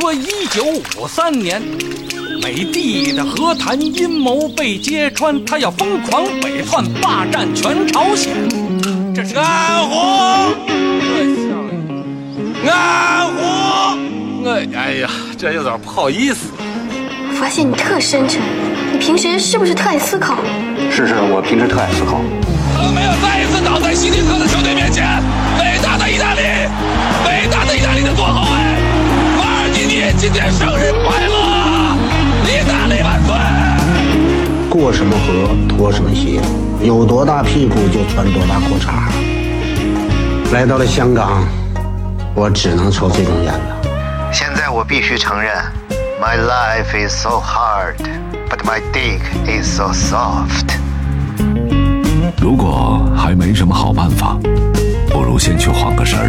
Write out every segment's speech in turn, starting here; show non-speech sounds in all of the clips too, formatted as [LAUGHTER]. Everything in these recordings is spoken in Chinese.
说一九五三年，美帝的和谈阴谋被揭穿，他要疯狂北窜，霸占全朝鲜。这是安虎，安虎，哎，哎呀，这有点不好意思。我发现你特深沉，你平时是不是特爱思考？是是，我平时特爱思考。我没有再一次倒在希特克的球队面前。伟大的意大利，伟大的意大利的左哎后卫马尔蒂尼，今天生日快乐！意大利万岁！过什么河脱什么鞋，有多大屁股就穿多大裤衩。来到了香港，我只能抽这种烟了。现在我必须承认，My life is so hard, but my dick is so soft。如果还没什么好办法，不如先去晃个神儿。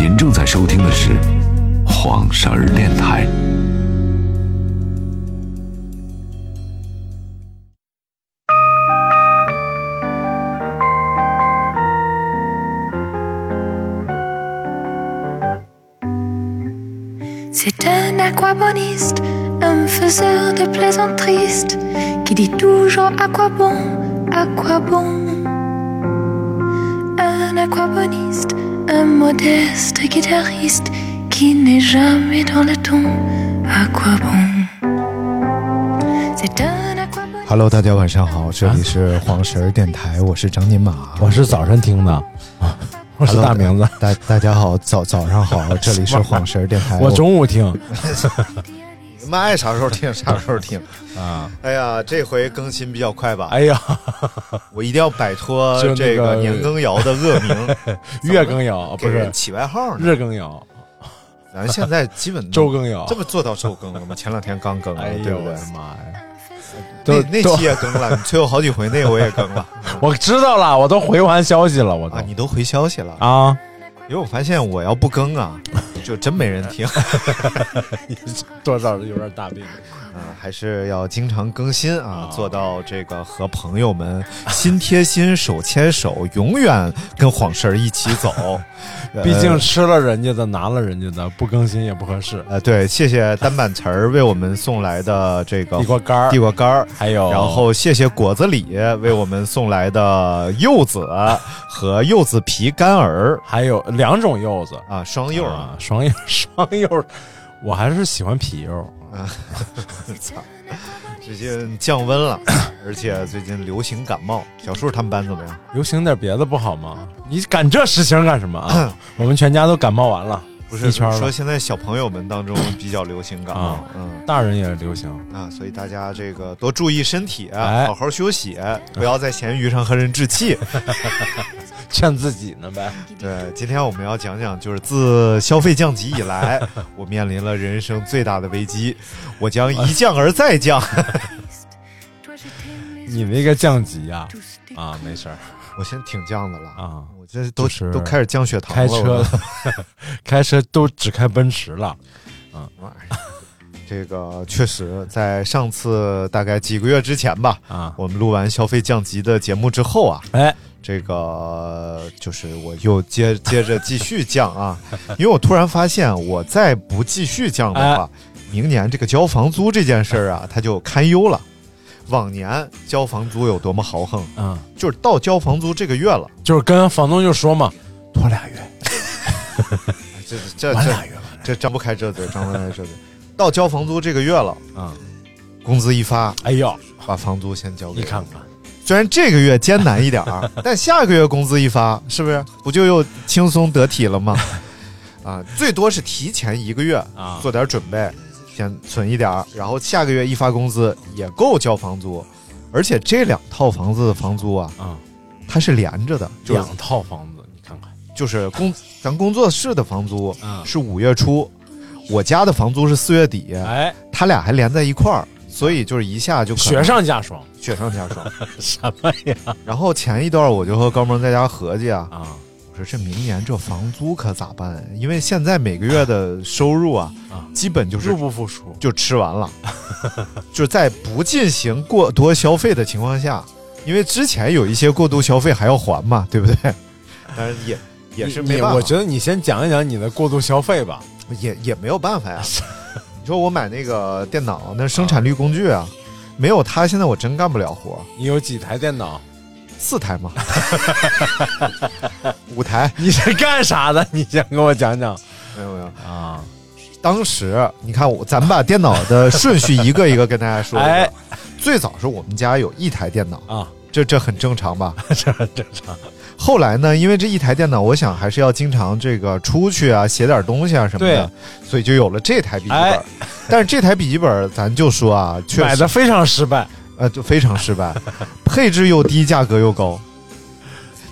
您正在收听的是《晃神儿电台》。 C'est un aquaboniste, un faiseur de plaisantristes, qui dit toujours à quoi bon, à quoi bon. Un aquaboniste, un modeste guitariste, qui n'est jamais dans le ton, à quoi bon. C'est un aquaboniste. Hello，大家晚上好，这里是晃神儿电啊台，我是张金马，我是早上听的，我是大名字，大大家好，早早上 [LAUGHS] 好，这里是晃神儿电台，我中午听，你们爱啥时候听 [LAUGHS] 啥时候听 [LAUGHS] 啊！哎呀，这回更新比较快吧？ [LAUGHS] 哎呀，我一定要摆脱就那这个个年羹尧的恶 [LAUGHS] 名，月更尧不给人是起外号呢。日更尧，咱现在基本周更尧这。不做到周更了吗？前两天刚更了，哎对呦不我对？的妈呀！那都那都期也更了，你催我好几回，那我也更了 [LAUGHS] 我知道了，我都回完消息了，我都啊！你都回消息了，啊，因为我发现我要不更啊，就真没人听， [LAUGHS] 多少有点大病。啊还是要经常更新哦啊，做到这个和朋友们心贴心、手牵手，永远跟晃神儿一起 [LAUGHS] 走。呃毕竟吃了人家的，拿了人家的，不更新也不合适。呃，对，谢谢单板词儿为我们送来的这个地瓜干儿地瓜干儿，还有然后谢谢果子李为我们送来的柚子和柚子皮干儿还有两种柚子，啊，双柚啊，双柚 [LAUGHS] 双柚，我还是喜欢皮柚。啊最近降温 [COUGHS] 了，而且最近流行感冒。小树他们班怎么样？流行点别的不好吗？你赶这事情干什么啊？ [LAUGHS] 我们全家都感冒完了，不一是圈说了，现在小朋友们当中比较流行感冒，啊嗯。大人也流行。啊，所以大家这个多注意身体，啊哎好好休息，不要在咸鱼上和人置 [LAUGHS] 气。劝自己呢呗。对，今天我们要讲讲，就是自消费降级以 [LAUGHS] 来，我面临了人生最大的危机，我将一降而再降。你那个降级呀、啊？没事儿我现在挺降的了啊，我这都、就是都开始降血糖开了。车我 [LAUGHS] 开车都只开奔驰了。妈呀这个确实在上次大概几个月之前吧，啊我们录完消费降级的节目之后啊，哎，这个就是我又接接着继续降啊， [LAUGHS] 因为我突然发现，我再不继续降的啊话，明年这个交房租这件事儿啊，它就堪忧了。往年交房租有多么豪横，嗯，就是到交房租这个月了，就是跟房东就说嘛，拖俩月，这这晚这俩月吧。这张不开这嘴，张不开这嘴，到交房租这个月了，嗯，工资一发，哎呦，把房租先交给你我看看，虽然这个月艰难一点儿，但下个月工资一发，是不是不就又轻松得体了 [LAUGHS] 吗？啊，最多是提前一个月啊做点准备，先存一点儿，然后下个月一发工资也够交房租。而且这两套房子的房租啊，啊，它是连着的，就是两套房子，你看看，就是工咱工作室的房租啊嗯是五月初，我家的房租是四月底，哎，它俩还连在一块儿，所以就是一下就可能雪上加霜，雪上加 [LAUGHS] 霜。什么呀？然后前一段我就和高萌在家合计啊，啊，我说这明年这房租可咋办呀？因为现在每个月的收入啊，啊基本就是入不敷出，就吃完了，就是在不进行过多消费的情况下，因为之前有一些过度消费还要还嘛，对不对？但是也也是你没办法，我觉得你先讲一讲你的过度消费吧。 [LAUGHS] 也也没有办法呀。你说我买那个电脑，那生产力工具啊，没有它，现在我真干不了活。你有几台电脑？ [LAUGHS] 四台嘛， [LAUGHS] 五台。你是干啥的？你先跟我讲讲。没有没有啊。当时你看我，咱们把电脑的顺序一个一个跟大家说。哎，最早是我们家有一台电脑啊， [LAUGHS] 这这很正常吧？这很正常。后来呢，因为这一台电脑，我想还是要经常这个出去啊，写点东西啊什么的，所以就有了这台笔记本。哎但是这台笔记本，咱就说啊，确实买得非常失败，呃，就非常失败，配置又低，价格又高，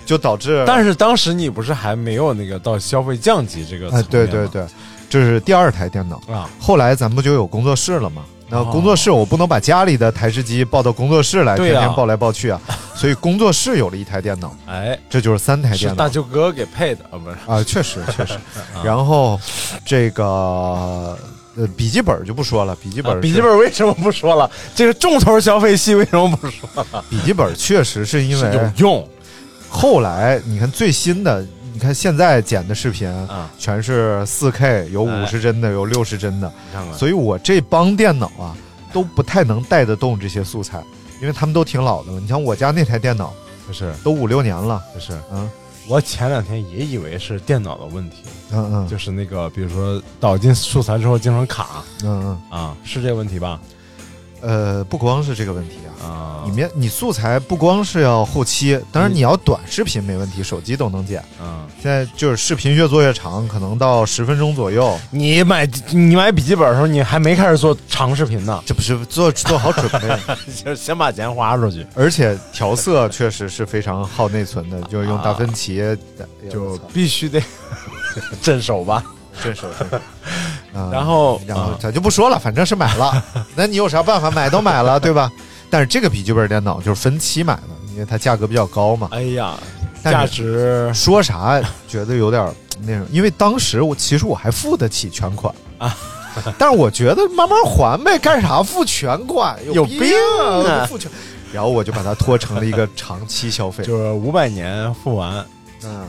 就导致。但是当时你不是还没有那个到消费降级这个哎，层面吗？对对对，这是第二台电脑啊。后来咱们不就有工作室了吗？那哦工作室我不能把家里的台式机抱到工作室来，对天呀天抱来抱去 [LAUGHS] 啊，所以工作室有了一台电脑，哎，这就是三台是电啊脑大舅哥给配的啊，不是啊，确 [LAUGHS] 实确实。然后这个呃笔记本就不说了，笔记本啊笔记本为什么不说了？这个重头消费系为什么不说了？笔记本确实是因为是有用。后来你看最新的，你看现在剪的视频，啊全是四 K，有哎五十帧的，有六十帧的看，看所以我这帮电脑啊都不太能带得动这些素材，因为他们都挺老的了。你像我家那台电脑，就是都五六年了，就是嗯我前两天也以为是电脑的问题，嗯嗯，就是那个比如说导进素材之后经常卡嗯嗯啊，是这个问题吧？呃，不光是这个问题啊，你面你素材不光是要后期，当然你要短视频没问题，手机都能剪。嗯，现在就是视频越做越长，可能到十分钟左右。你买你买笔记本的时候，你还没开始做长视频呢，这不是做做好准备， [LAUGHS] 就是先把钱花出去， [LAUGHS] 而且调色确实是非常耗内存的，就是用达芬奇，就必须得 [LAUGHS] 镇守吧，镇守镇 [LAUGHS] 守。嗯然后啊然后咱就不说了，反正是买 [LAUGHS] 了。那你有啥办法？买都买了，对吧？但是这个笔记本电脑就是分期买的，因为它价格比较高嘛。哎呀，但价是值说啥觉得有点儿那种，因为当时我其实我还付得起全款啊，但是我觉得慢慢还呗，干啥付全款？有病病啊付全。然后我就把它拖成了一个长期消费。就是五百年付完。嗯，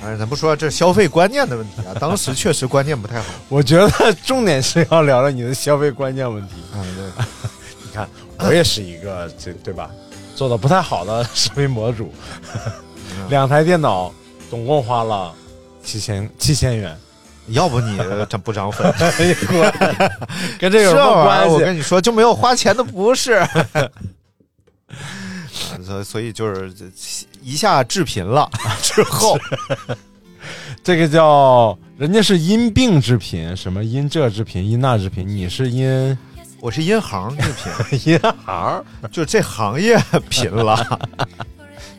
反正咱不说这消费观念的问题啊，当时确实观念不太好。我觉得重点是要聊聊你的消费观念问题。啊，对， [LAUGHS] 你看，我也是一个这对吧，做的不太好的视频博主，两台电脑总共花了七千七千元，要不 [LAUGHS] 你长不涨粉？哎滚 [LAUGHS] 跟这有什这么玩意儿啊关系？我跟你说，就没有花钱的不 [LAUGHS] 是。 [LAUGHS] 所所以就是一下置贫了 [LAUGHS] 之 [LAUGHS] 后，这个叫人家是因病致贫，什么因这致贫，因那致贫，你是因我是因行置贫。 [LAUGHS] 因行就这行业贫 [LAUGHS] 了。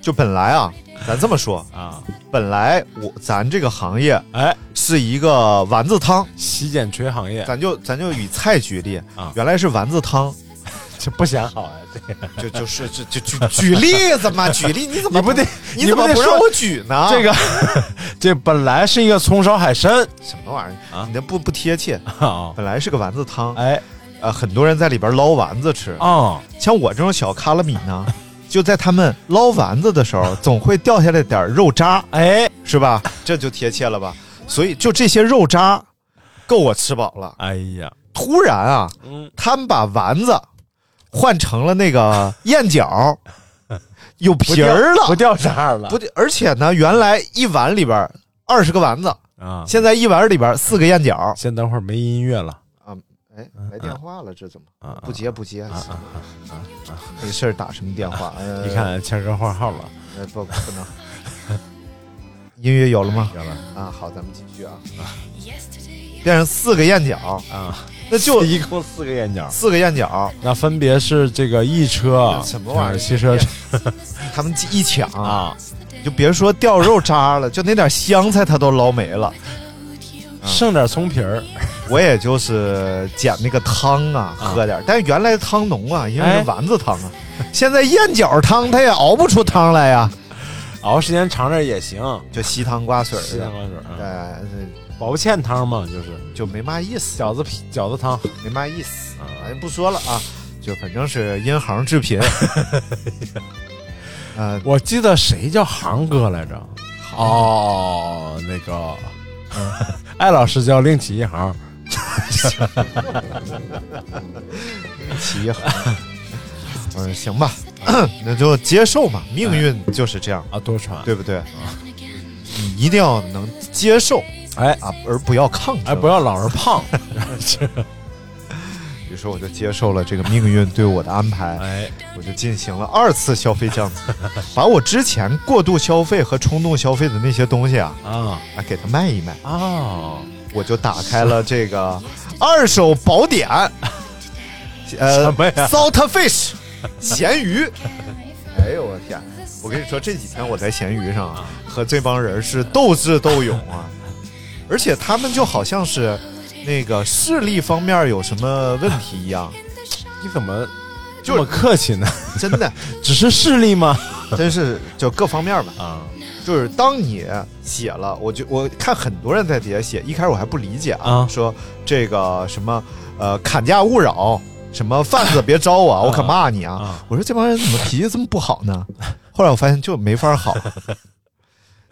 就本来啊，咱这么说，啊，本来我咱这个行业哎，是一个丸子汤，洗剪吹行业咱就咱就以菜举例啊原来是丸子 [LAUGHS] 汤，这不显好哎呀、这个就就是就就举举例子嘛，举例你怎么你不得你怎么你不不得让说我举呢？这个 [LAUGHS] 这本来是一个葱烧海参什么玩意儿？你这不不贴切。啊，本来是个丸子汤，哎呃，很多人在里边捞丸子吃，啊，像我这种小卡拉米呢， [LAUGHS] 就在他们捞丸子的时 [LAUGHS] 候，总会掉下来点儿肉渣。哎是吧？这就贴切了吧？所以就这些肉渣，够我吃饱了。哎呀，突然啊，嗯他们把丸子换成了那 [LAUGHS] 个燕饺，有皮儿不了，掉渣儿了不掉，而且呢，原来一碗里边二十个丸子，啊！现在一碗里边四个燕饺。先等会儿没音乐了啊，哎，来电话了，这怎么啊不接不接？啊没事儿打什么电 [LAUGHS] 话？呃你，看谦哥换号了，呃不不能。 [LAUGHS] 音乐有了吗？有了啊，好，咱们继续啊。变成四个燕饺，啊，那就 [LAUGHS] 一共四个眼角，四个燕饺，那分别是这个一车什么玩意儿汽车他们一抢，啊，你就别说掉肉渣了，就那点香菜他都捞没了。嗯剩点葱皮儿，我也就是捡那个汤啊，喝点儿。但是原来汤浓啊，因为哎是丸子汤啊，现在燕饺汤它也熬不出汤来呀、熬时间长点儿也行，就稀汤挂水西儿的。兰花水儿啊，哎，薄芡汤嘛，就是就没嘛意思，饺子皮饺子汤，没嘛意思。哎，不说了啊，就反正是因行致 [LAUGHS] 贫。呃，我记得谁叫航哥来着？ [LAUGHS] 哦，那个，艾老师叫另起一行，起一行， [LAUGHS] 嗯，行吧， [CLEARS THROAT] 那就接受嘛，命运就是这样啊，多舛，对不对？你一定要能接受，哎啊，而不要抗争，哎，不要老是胖。于是我就接受了这个命运对我的安排， [LAUGHS] 哎，我就进行了二次消费降级， [LAUGHS] 把我之前过度消费和冲动消费的那些东西啊啊啊给它卖一卖啊，我就打开了这个二手宝典，呃什么呀，Salt Fish，咸鱼。哎呦我天！我跟你说，这几天我在闲鱼上啊和这帮人是斗智斗勇啊，而且他们就好像是那个视力方面有什么问题一样。你怎么这么客气呢？真的， [LAUGHS] 只是视力吗？真是就各方面吧。啊，就是当你写了，我就我看很多人在底下写，一开始我还不理解啊，啊说这个什么呃砍价勿扰，什么贩子别招 [LAUGHS] 我，我可骂你啊！啊我说这帮人怎么脾气这么不好呢？后来我发现就没法 [LAUGHS] 好，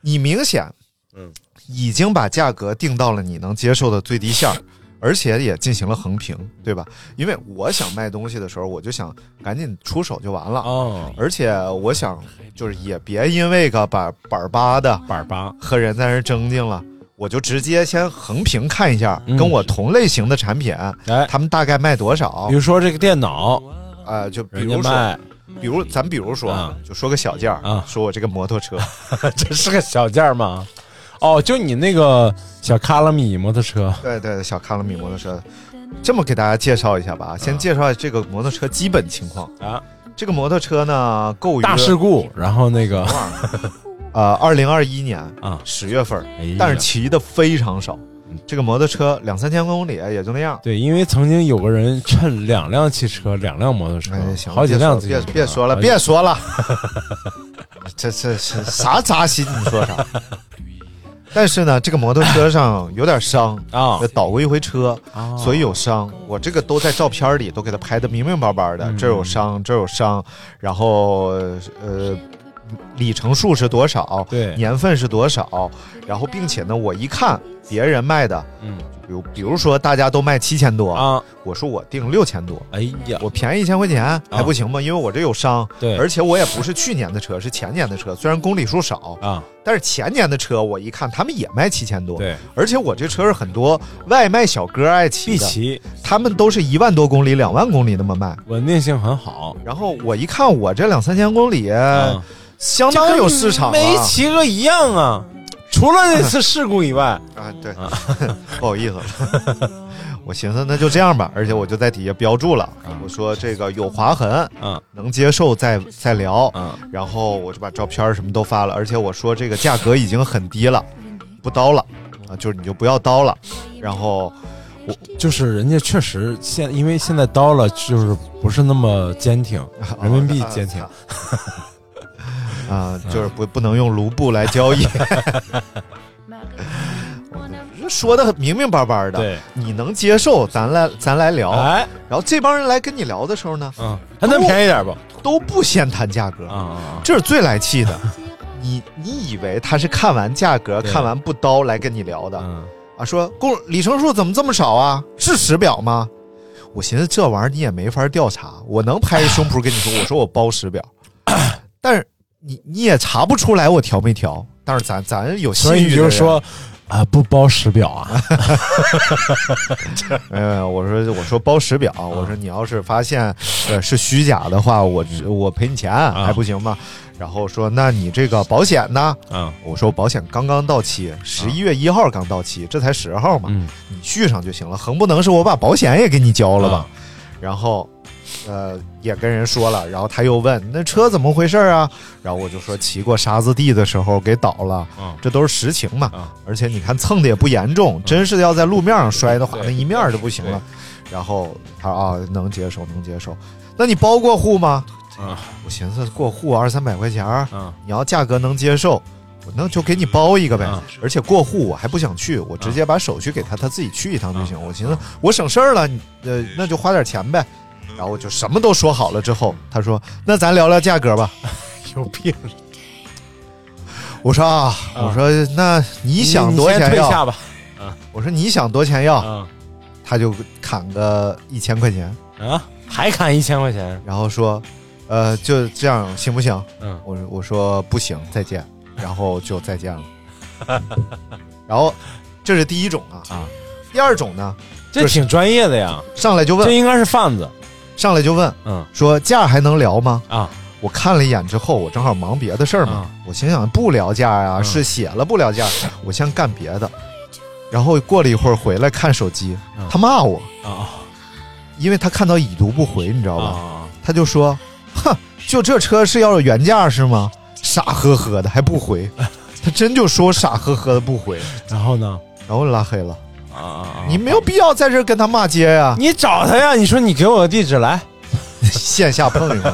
你明显嗯已经把价格定到了你能接受的最低线儿，而且也进行了横评，对吧？因为我想卖东西的时候，我就想赶紧出手就完了。哦，而且我想，就是也别因为个板板八的板儿八和人在那儿争竞了，我就直接先横屏看一下，嗯跟我同类型的产品，哎他们大概卖多少比？如说这个电脑，呃，就比人家如说，卖， [LAUGHS] 比如咱比如说，啊就说个小件儿，啊说我这个摩托 [LAUGHS] 车，这是个小件儿吗？哦，就你那个小卡拉米摩托车，对对，小卡拉米摩托车，这么给大家介绍一下吧，先介绍这个摩托车基本情况啊。这个摩托车呢，购于大事故，然后那个呃，二零二一年啊十月份儿哎呀，嗯但是骑的非常少。这个摩托车两三千公里也就那样。对，因为曾经有个人趁两辆汽车、两辆摩托车哎，行，啊好几辆自别行说车，别说了，哎别说了， [LAUGHS] 这这这啥扎心？你说啥？ [LAUGHS] 但是呢，这个摩托车上有点伤啊就倒过一回车，啊所以有伤。我这个都在照片里都给他拍的明明白白的，这嗯儿有伤，这儿有伤，然后呃，里程数是多少？对年份是多少？然后并且呢，我一看别人卖的，嗯比如比如说大家都卖七千多，啊，我说我定六千多，哎呀，我便宜一千块钱还不行吗？因为我这有伤，啊对而且我也不是去年的车，是前年的车，虽然公里数少，啊，但是前年的车我一看他们也卖七千多，对，而且我这车是很多外卖小哥爱骑碧的，琪他们都是一万多公里、两万公里那么卖。稳定性很好，然后我一看，我这两三千公里、啊相当有市场、啊，没骑个一样啊，除了那次事故 [LAUGHS] 以外，啊，对， [LAUGHS] 不好意思，我寻思那就这样吧，而且我就在底下标注了，我说这个有划痕，嗯能接受再再聊，嗯然后我就把照片什么都发了，而且我说这个价格已经很低了，不刀了啊，就是你就不要刀了，然后就是人家确实现，因为现在刀了，就是不是那么坚挺，人民币坚挺啊，嗯啊，就是不不能用卢布来交易。说的明明白白的，对你能接受，咱来咱来聊。哎，然后这帮人来跟你聊的时候呢，嗯，还能便宜点不？都不先谈价格，啊啊这是最来气的。你你以为他是看完价格、对看完不刀来跟你聊的、啊，嗯，啊？说公里程数怎么这么少啊？是实表吗？我寻思这玩意儿你也没法调查，我能拍一胸脯跟你说，我说我包实 [COUGHS] 表，但是你你也查不出来我调没调。但是咱咱有信所以誉你的人就说啊，不包实 [LAUGHS] 表啊，没有没有，哎我说我说包实表，啊我说你要是发现呃是虚假的话，我只我赔你钱啊还不行吗？然后说那你这个保险呢？嗯我说保险刚刚到期，十一月一号刚到期，这才十号嘛，啊嗯你续上就行了，横不能是我把保险也给你交了吧？啊然后，呃，也跟人说了，然后他又问那车怎么回事啊？然后我就说骑过沙子地的时候给倒了，嗯这都是实情嘛。啊嗯而且你看蹭的也不严重，真是要在路面上摔的话，那一面儿就不行了。然后他说啊，能接受，能接受。那你包过户吗？啊我寻思过户二三百块钱儿，啊你要价格能接受，我那就给你包一个呗。啊而且过户我还不想去，我直接把手续给他，他自己去一趟就啊行。我寻思我省事儿了，你呃，那就花点钱呗。嗯然后我就什么都说好了之后，他说：“那咱聊聊价格吧。有病，”我说：“啊，啊我说那你想多少你钱先退要下吧？？”我说：“你想多少钱要啊？”他就砍个一千块钱啊，还砍一千块钱，然后说，呃，就这样行不行？嗯，我我说不行，再见，然后就再见了。嗯 [LAUGHS] 然后这是第一种啊啊，第二种呢，这挺专业的呀，上来就问，这应该是贩子，上来就问，嗯，说价还能聊吗？啊，我看了一眼之后，我正好忙别的事儿嘛，我心想不聊价呀、嗯是写了不聊价，我先干别的。然后过了一会儿回来看手机，嗯他骂我，啊因为他看到已读不回，你知道吧？啊他就说：“哼，就这车是要原价是吗？傻呵呵的还不 [LAUGHS] 回，他真就说傻呵呵的不回。然后呢？然后拉黑了。啊啊！你没有必要在这儿跟他骂街呀、你找他呀！你说你给我个地址来，线下碰一碰。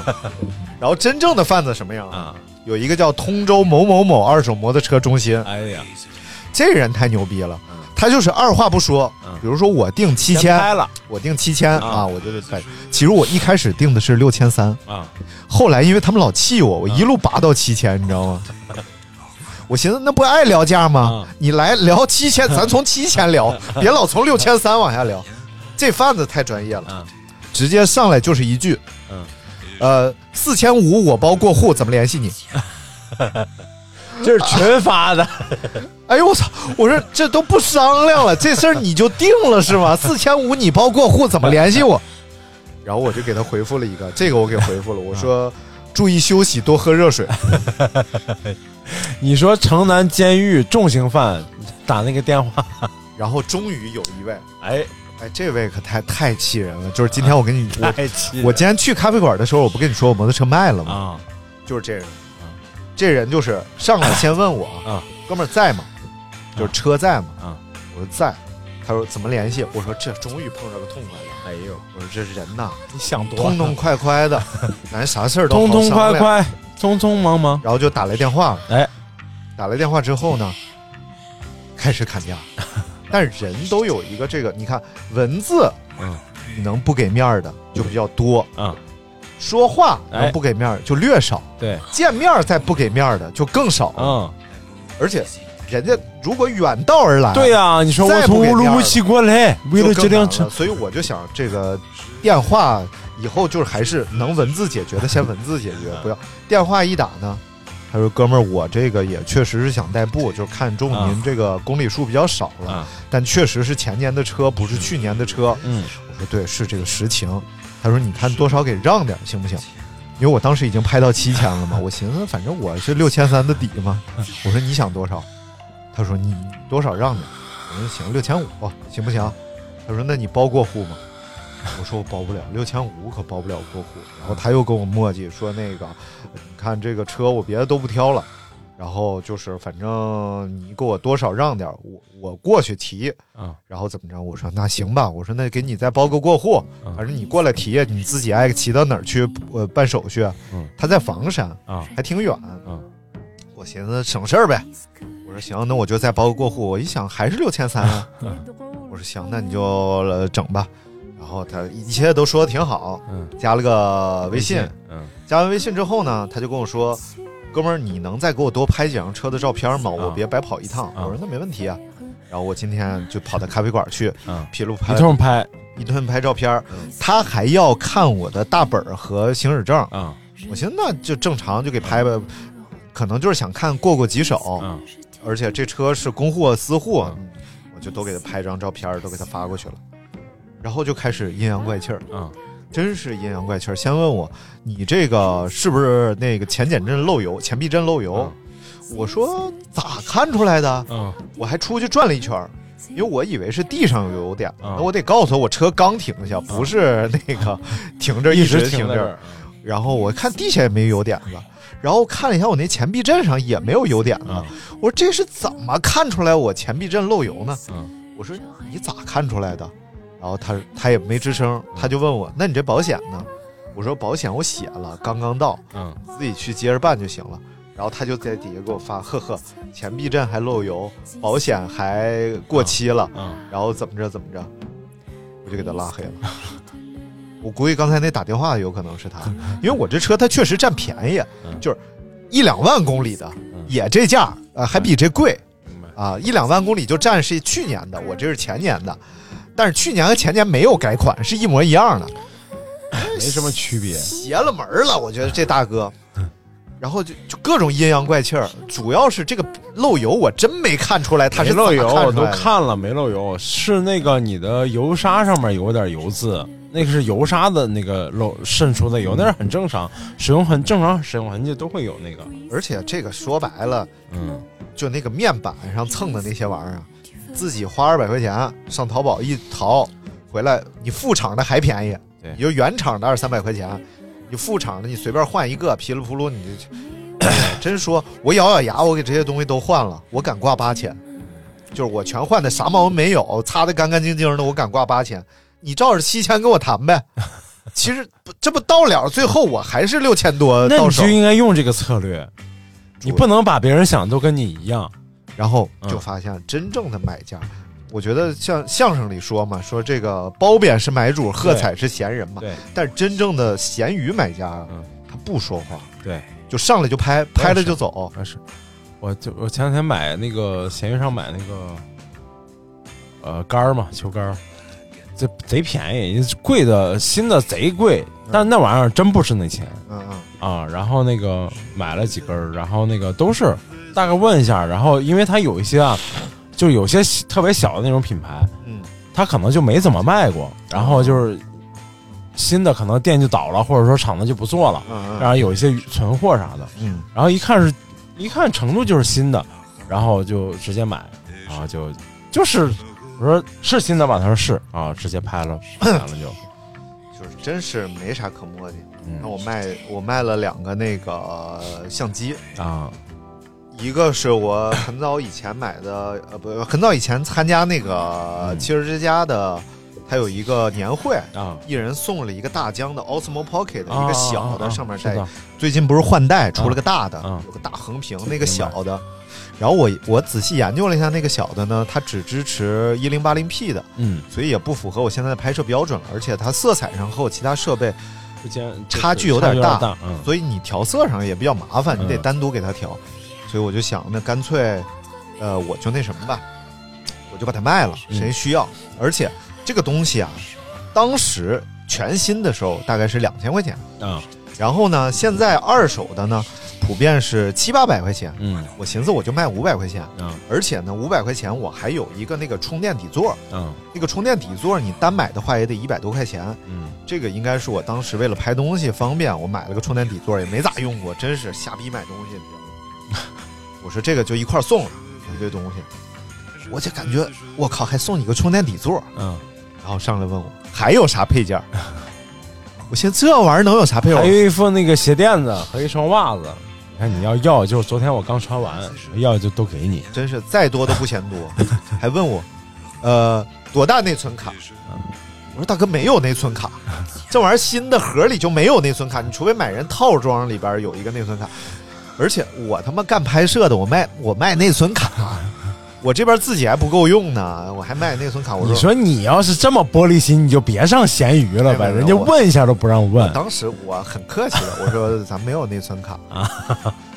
然后真正的贩子什么样啊？有一个叫通州某某某二手摩托车中心，哎呀，这人太牛逼了，他就是二话不说，比如说我定七嗯先千拍了，我定七千啊，我就得拍。其实我一开始定的是六千三啊，后来因为他们老气嗯我，我一路拔到七千，你知道吗？ [LAUGHS] 我寻思那不爱聊价嗯吗？你来聊七千，咱从七千 [LAUGHS] 聊，别老从六千三往下聊。嗯这贩子太专业了，直接上来就是一句，嗯，呃，四千五我包过户，怎么联系你？ [LAUGHS] 这是群发的。哎呦我操！我说这都不商量了，这事儿你就定了是 [LAUGHS] 吗？四千五你包过户，怎么联系我？然后我就给他回复了一个，这个我给回复了，我说注意休息，多喝热水。你说城南监狱重刑犯打那个电话，然后终于有一位， [LAUGHS] 哎哎，这位可太太气人了，就是今天我跟你我太气人我今天去咖啡馆的时候，我不跟你说我摩托车卖了吗？啊就是这人，啊这人就是上来先问我，啊，哥们儿在吗？就是车在吗？啊，我说在。他说怎么联系？我说这终于碰着个痛快的。哎呦，我说这人呐，你想多了痛痛快快 [LAUGHS] 的，咱啥事儿都痛好痛商快量快，匆匆忙忙，然后就打来电话了。哎，打来电话之后呢，开始砍 [LAUGHS] 价。但人都有一个这个，你看文字，嗯，能不给面儿的就比较多，嗯，说话哎能不给面儿就略少，对，见面儿再不给面儿的就更少，嗯，而且人家如果远道而来，对呀，你说我啊再不从给乌面鲁儿木齐过来，为了就这更难辆了车，所以我就想这个电话以后就是还是能文字解决的，先文字解 [LAUGHS] 决，不要电话一打呢。他说：“哥们儿，我这个也确实是想代步，就是看中啊您这个公里数比较少了，啊但确实是前年的车，不是去年的车。”嗯，我说：“对，是这个实情。”他说：“你看多少给让点儿行不行？”因为我当时已经拍到七千了嘛，我寻思反正我是六千三的底嘛，我说你想多少？他说你多少让点儿，我说行，六千五行不行？他说那你包过户吗？我说我包不了，六千五可包不了过户。然后他又跟我磨叽说那个，你看这个车我别的都不挑了，然后就是反正你给我多少让点儿，我我过去提，啊，然后怎么着？我说那行吧，我说那给你再包个过户，嗯反正你过来提，你自己爱骑到哪儿去呃办手续。嗯他在房山啊还挺远。嗯，我寻思省事儿呗，我说行，那我就再包个过户。我一想还是六千三啊，我说行，那你就呃整吧。然后他一切都说的挺好，嗯，加了个微信，嗯，加完微信之后呢，他就跟我说：“哥们儿，你能再给我多拍几张车的照片吗？我别白跑一趟。我说：“那没问题啊。”然后我今天就跑到咖啡馆去，嗯披露拍一通拍，一顿拍照片儿，他还要看我的大本儿和行驶证啊。我寻思那就正常，就给拍呗，可能就是想看过过几手，嗯而且这车是公货私货，我就都给他拍张照片儿，都给他发过去了，然后就开始阴阳怪气儿，嗯真是阴阳怪气儿。先问我你这个是不是那个前减震漏油、前避震漏哦油？我说咋看出来的？嗯我还出去转了一圈儿，因为我以为是地上有油点，啊那我得告诉他我车刚停下，不是那个停这儿一嗯一直直停停在这这儿儿。然后我看地下也没有油点子，然后看了一下我那前避震上也没有油点子，我说这是怎么看出来我前避震漏油呢？嗯我说你咋看出来的？然后他他也没吱声，他就问我，那你这保险呢？我说保险我写了，刚刚到，嗯，自己去接着办就行了。然后他就在底下给我发，呵呵，前避震还漏油，保险还过期了，嗯然后怎么着怎么着，我就给他拉黑了。我估计刚才那打电话有可能是他，因为我这车它确实占便宜，就是一两万公里的也这价，呃，还比这贵，啊，一两万公里就占是去年的，我这是前年的，但是去年和前年没有改款，是一模一样的，没什么区别。邪了门了，我觉得这大哥。嗯然后就就各种阴阳怪气儿，主要是这个漏油，我真没看出来他是没漏油，咋看我出都来的看了，没漏油，是那个你的油砂上面有点油渍，那个是油砂的那个漏渗出的嗯油，那是很正常，使用痕正常使用痕迹都会有那个。而且这个说白了，嗯，就那个面板上蹭的那些玩意儿啊，自己花二百块钱上淘宝一淘回来，你副厂的还便宜，对你就原厂的二三百块钱，你副厂的你随便换一个，噼里扑噜你就， [CLEARS THROAT] 哎呀真说我咬咬牙，我给这些东西都换了，我敢挂八千，就是我全换的，啥毛病没有，擦的干干净净的，我敢挂八千，你照着七千跟我谈呗。 [LAUGHS] 其实不这不到了，最后我还是六千多那到你手就，应该用这个策略，你不能把别人想的都跟你一样。然后就发现真正的买家，我觉得像相声里说嘛，说这个褒贬是买主，喝彩是闲人嘛。对但是真正的闲鱼买家啊，他不说话，对，就上来就拍，拍了就走。那哦是，我就我前两天买那个闲鱼上买那个，呃，杆儿嘛，球杆儿，这贼便宜，贵的新的贼贵，但那玩意儿真不值那钱。嗯嗯。啊，然后那个买了几根儿，然后那个都是大概问一下，然后因为它有一些啊，就有些小特别小的那种品牌，嗯，它可能就没怎么卖过，然后就是新的可能店就倒了，或者说厂子就不做了，嗯嗯然后有一些存货啥的，嗯，然后一看是，一看程度就是新的，然后就直接买，嗯然后就就是我说是新的吧，他说是啊，直接拍了，完了就。就是真是没啥可磨的。嗯那我卖我卖了两个那个呃相机啊，一个是我很早以前买的，呃，不，很早以前参加那个汽车之家的，它有一个年会啊，一人送了一个大疆的 Osmo Pocket，啊一个小啊啊的上面知带道，最近不是换代出了个啊大的，有个大横屏那个小的。然后我我仔细研究了一下那个小的呢，它只支持一零八零 P 的，嗯，所以也不符合我现在的拍摄标准了，而且它色彩上和我其他设备之间差距有点大，大，嗯，所以你调色上也比较麻烦，你得嗯单独给它调。所以我就想，那干脆，呃，我就那什么吧，我就把它卖了，谁需要？而且这个东西啊，当时全新的时候大概是两千块钱，啊，然后呢，现在二手的呢，普遍是七八百块钱。嗯，我寻思我就卖五百块钱，啊，而且呢，五百块钱我还有一个那个充电底座，嗯，那个充电底座你单买的话也得一百多块钱，嗯，这个应该是我当时为了拍东西方便，我买了个充电底座，也没咋用过，真是瞎逼买东西，你知道吗我说这个就一块儿送了一堆东西，我就感觉我靠，还送你个充电底座，嗯，然后上来问我还有啥配件儿，我寻思这玩意儿能有啥配件儿？还有一副那个鞋垫子和一双袜子。你看你要要，就是昨天我刚穿完，要就都给你。真是再多都不嫌 [LAUGHS] 多，还问我，呃，多大内存卡？我说大哥没有内存卡，这玩意儿新的盒里就没有内存卡，你除非买人套装里边有一个内存卡。而且我他妈干拍摄的，我卖我卖内存卡，我这边自己还不够用呢，我还卖内存卡。我你说你要是这么玻璃心，你就别上闲鱼了吧？没有没有人家问一下都不让问，当时我很客气的，我说咱没有内存卡啊，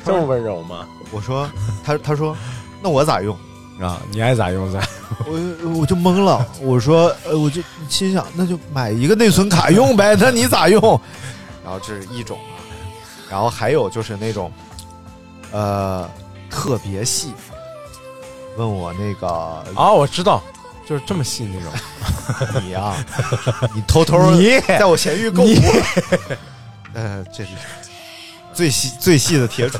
这么温柔吗？我说他他说那我咋用？啊，你爱咋用咋。我我就懵了，我说，呃，我就心想，那就买一个内存卡用呗，那你咋用？然后这是一种啊，然后还有就是那种，呃，特别细，问我那个啊，我知道，就是这么细那种。你呀、你偷偷你在我闲鱼购物你，呃，这是最细最细的铁杵。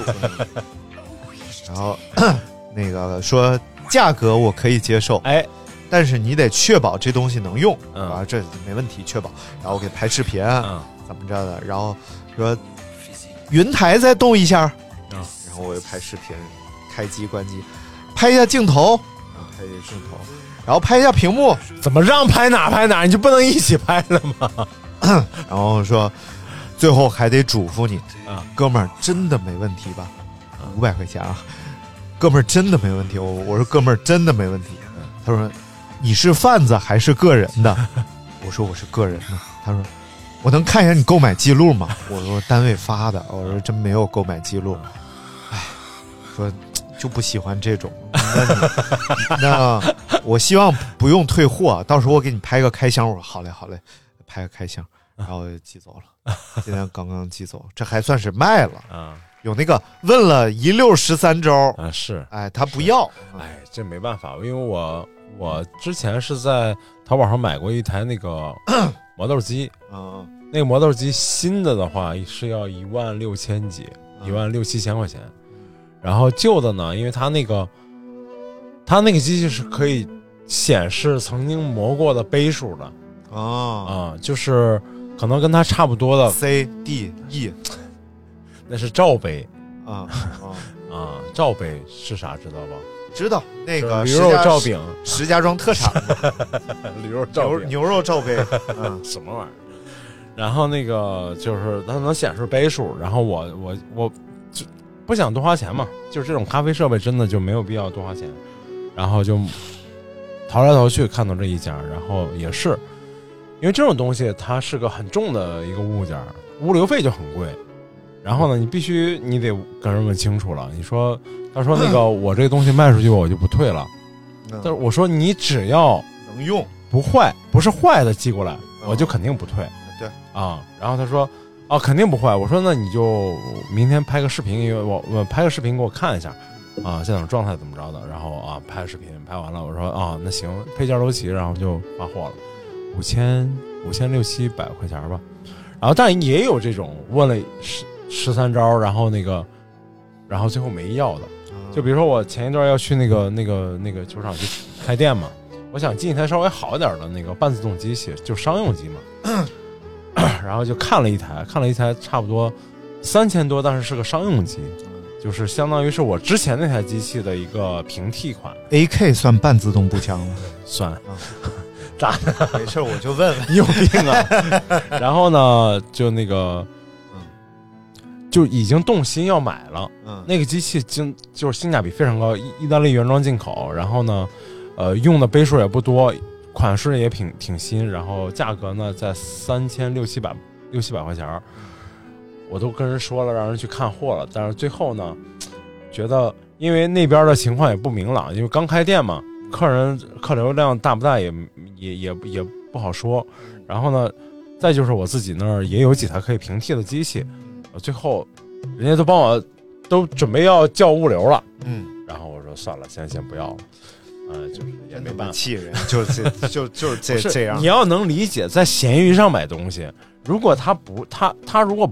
然后 [COUGHS] 那个说价格我可以接受，哎，但是你得确保这东西能用，啊，这没问题，确保。然后我给拍视频，啊嗯、怎么着的，然后说云台再动一下，嗯然后我就拍视频，开机关机，拍一下镜头，然后拍一下镜头，然后拍一下屏幕，怎么让拍哪拍哪，你就不能一起拍了吗？然后说，最后还得嘱咐你，啊哥们儿真的没问题吧？五百块钱啊，哥们儿真的没问题。我我说哥们儿真的没问题。嗯他说你是贩子还是个人的？ [LAUGHS] 我说我是个人的。他说我能看一下你购买记录啊吗？我说单位发的。我说真没有购买记录。哎，说就不喜欢这种。那你那我希望不用退货，啊到时候我给你拍个开箱。我说好嘞，好嘞，拍个开箱，然后寄走了。今天刚刚寄走，这还算是卖了。啊，有那个问了一溜十三招啊，是，哎，他不要，哎，这没办法，因为我我之前是在淘宝上买过一台那 [COUGHS] 个磨豆机，嗯，那个磨豆机新的的话是要一万六千几，一万六七千块钱，然后旧的呢，因为它那个它那个机器是可以显示曾经磨过的杯数的，哦啊，就是可能跟它差不多的 C D E，那是罩杯啊啊，罩杯是啥知道吧？知道那个驴石肉家罩饼， [LAUGHS] 石家庄特产 [LAUGHS] 驴肉罩牛饼，牛肉罩杯， [LAUGHS] 嗯什么玩意儿？然后那个就是它能显示杯数，然后我我我就不想多花钱嘛，就是这种咖啡设备真的就没有必要多花钱，然后就淘来淘去看到这一家，然后也是因为这种东西它是个很重的一个物件儿，物流费就很贵。然后呢，你必须你得跟人问清楚了。你说，他说那个我这个东西卖出去我就不退了，嗯但是我说你只要能用，不坏，不是坏的寄过来，我就肯定不退对，啊。然后他说，哦、肯定不坏。我说那你就明天拍个视频，因为我我拍个视频给我看一下，啊，现场状态怎么着的。然后啊，拍视频拍完了，我说啊，那行，配件都齐，然后就发货了，五千五千六七百块钱吧。然后但也有这种问了十十三招，然后那个，然后最后没要的。就比如说我前一段要去那个那个那个球场去开店嘛，我想进一台稍微好一点的那个半自动机器，就商用机嘛。然后就看了一台，看了一台差不多三千多，但是是个商用机，就是相当于是我之前那台机器的一个平替款， ，AK 算半自动步枪吗？算咋的？没事，我就问问。 [LAUGHS] 你有病啊！ [LAUGHS] 然后呢，就那个，就已经动心要买了。嗯那个机器经就是性价比非常高，意意大利原装进口，然后呢，呃，用的杯数也不多，款式也挺挺新，然后价格呢在三千六七百六七百块钱儿我都跟人说了，让人去看货了，但是最后呢，觉得因为那边的情况也不明朗，因为刚开店嘛，客人客流量大不大也也也也不好说。然后呢，再就是我自己那儿也有几台可以平替的机器，呃最后人家都帮我都准备要叫物流了，嗯，然后我说算了，先先不要了，呃，就是也没办法。气人，就是这就就是这不是这样你。要能理解，在闲鱼上买东西，如果他不他他如果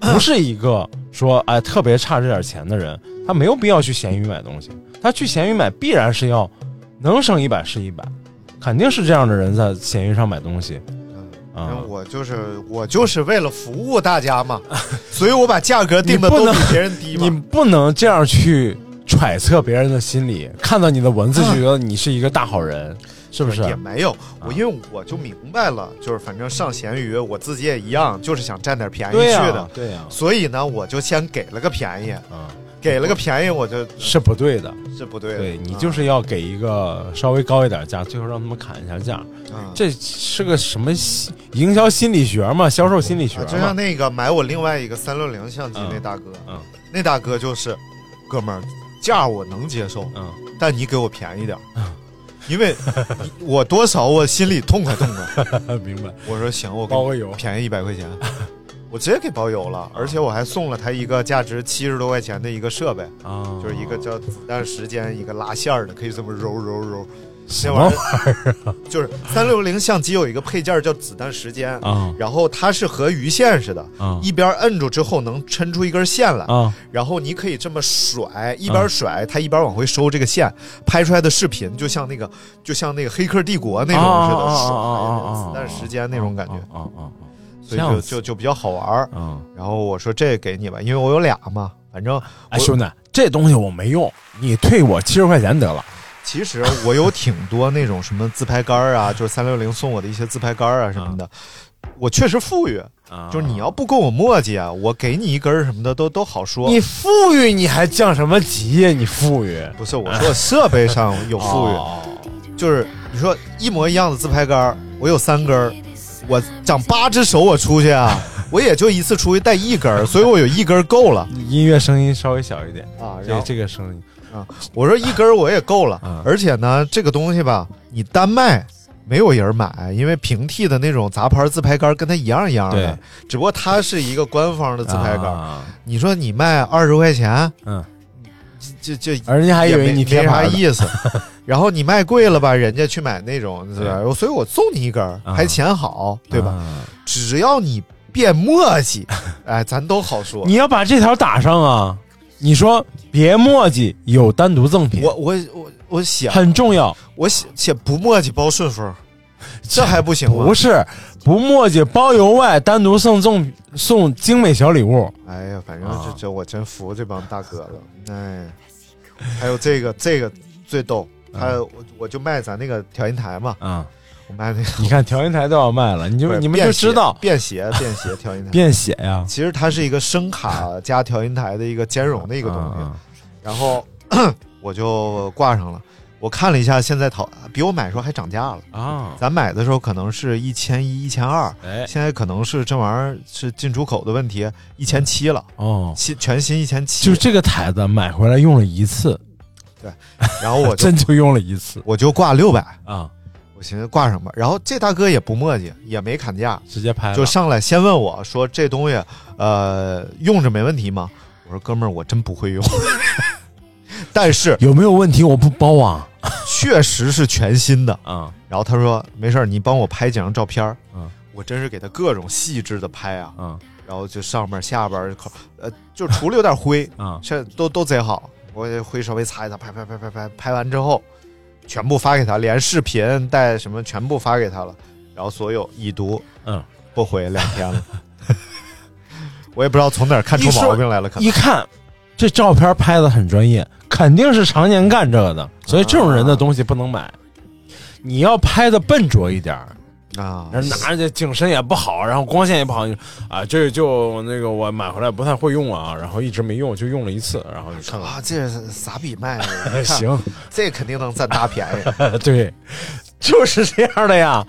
不是 [LAUGHS] 一个说哎特别差这点钱的人，他没有必要去闲鱼买东西。他去闲鱼买必然是要能省一百是一百，肯定是这样的人在闲鱼上买东西。然后啊、嗯我就是我就是为了服务大家 [LAUGHS] 嘛，所以我把价格定的你不都能比别人低你嘛。不能这样去揣测别人的心理，看到你的文字就觉得你是一个大好人，是不是？嗯也没有，啊我因为我就明白了，就是反正上闲鱼我自己也一样，就是想占点便宜对啊去呀、的，啊对呀、所以呢，我就先给了个便宜，啊，给了个便宜我就是不对的。是不对的。啊对你就是要给一个稍微高一点价，最后让他们砍一下价，啊这是个什么心营销心理学嘛？销售心理学啊嘛？就像那个买我另外一个三六零相机那大哥，嗯那大哥就是，哥们儿，价我能接受，嗯，但你给我便宜点儿，因为我多少我心里痛快痛快。 [LAUGHS] 明白？我说行，我给包你个油，便宜一百块钱，我直接给包邮了，而且我还送了他一个价值七十多块钱的一个设备，啊，就是一个叫子弹时间，一个拉线儿的，可以这么揉揉揉。什那么玩玩意意儿，就是三六零相机有一个配件儿叫子弹时间啊然后它是和鱼线似的，啊一边摁住之后能抻出一根线来，啊然后你可以这么甩，一边甩、它一边往回收这个线，拍出来的视频就像那个就像那个《黑客帝国》那种似的，啊啊甩啊啊啊啊子弹时间那种感觉，啊啊所以这就样子就就比较好玩儿啊。啊！然后我说这给你吧，因为我有俩嘛，反正哎，兄弟，这东西我没用，你退我七十块钱得了。其实我有挺多那种什么自拍杆儿啊，就是三六零送我的一些自拍杆儿啊什么的，我确实富裕。啊啊就是你要不跟我磨叽啊，我给你一根儿什么的都都好说。你富裕，你还降什么级呀？你富裕不是我说设备上有富裕，就是你说一模一样的自拍杆儿，我有三根儿，我长八只手我出去啊，我也就一次出去带一根儿，所以我有一根儿够了音乐声音稍微小一点啊然这后这个声音，啊，我说一根儿我也够了，啊而且呢，这个东西吧，你单卖没有人买，因为平替的那种杂牌自拍杆跟它一样一样的对，只不过它是一个官方的自拍杆。啊你说你卖二十块钱，嗯，就 [LAUGHS] 就人家还以为也没你贴没啥牌呢意思， [LAUGHS] 然后你卖贵了吧，人家去买那种，对吧？对所以我送你一根儿，啊还钱好，对吧？啊只要你变墨 [LAUGHS] 迹，哎，咱都好说。你要把这条打上啊！你说别墨迹，有单独赠品，我我我我写很重要。我写写不墨迹包顺 [LAUGHS] 丰，这还不行吗？不，是不墨迹，包邮外单独送赠送精美小礼物，哎呀，反正啊这这我真服这帮大哥了。哎，还有这个这个最逗，还有我我就卖咱那个调音台嘛，嗯啊，我卖那个你看调音台都要卖了，你不就是你们便就携知道便携便 [LAUGHS] 携调音台。便携呀，其实它是一个声卡加调音台的一个兼容的一个东西。啊然后 [CLEARS THROAT] 我就挂上了。我看了一下，现在淘比我买的时候还涨价了。啊，咱买的时候可能是一千一、一千二，哎现在可能是这玩意儿是进出口的问题，一千七了，哦，新全新一千七。就这个台子买回来用了一次，然后我就 [LAUGHS] 真就用了一次我就挂六百，啊，我寻思挂上吧。然后这大哥也不墨迹，也没砍价，直接拍了就上来先问我说这东西呃用着没问题吗？我说哥们儿，我真不会用， [LAUGHS] 但是有没有问题？我不包啊确实是全新的。啊然后他说没事儿，你帮我拍几张照片儿。嗯我真是给他各种细致的拍啊，啊然后就上面下边儿口，呃，就除了有点灰，啊这都都贼好。我也灰稍微擦一擦，拍拍拍拍拍，拍完之后，全部发给他，连视频带什么全部发给他了。然后所有已读嗯，不回两天了，我也不知道从哪儿看出一说毛病来了，可能一看这照片拍的很专业，肯定是常年干这个的，所以这种啊人的东西不能买。你要拍的笨拙一点儿，啊然后拿着景深也不好，然后光线也不好，你说啊，这就那个我买回来不太会用啊，然后一直没用，就用了一次，然后你看看，啊，这是傻逼卖 [LAUGHS] 的，你看行，这肯定能占大便宜。 [LAUGHS] 对，就是这样的呀。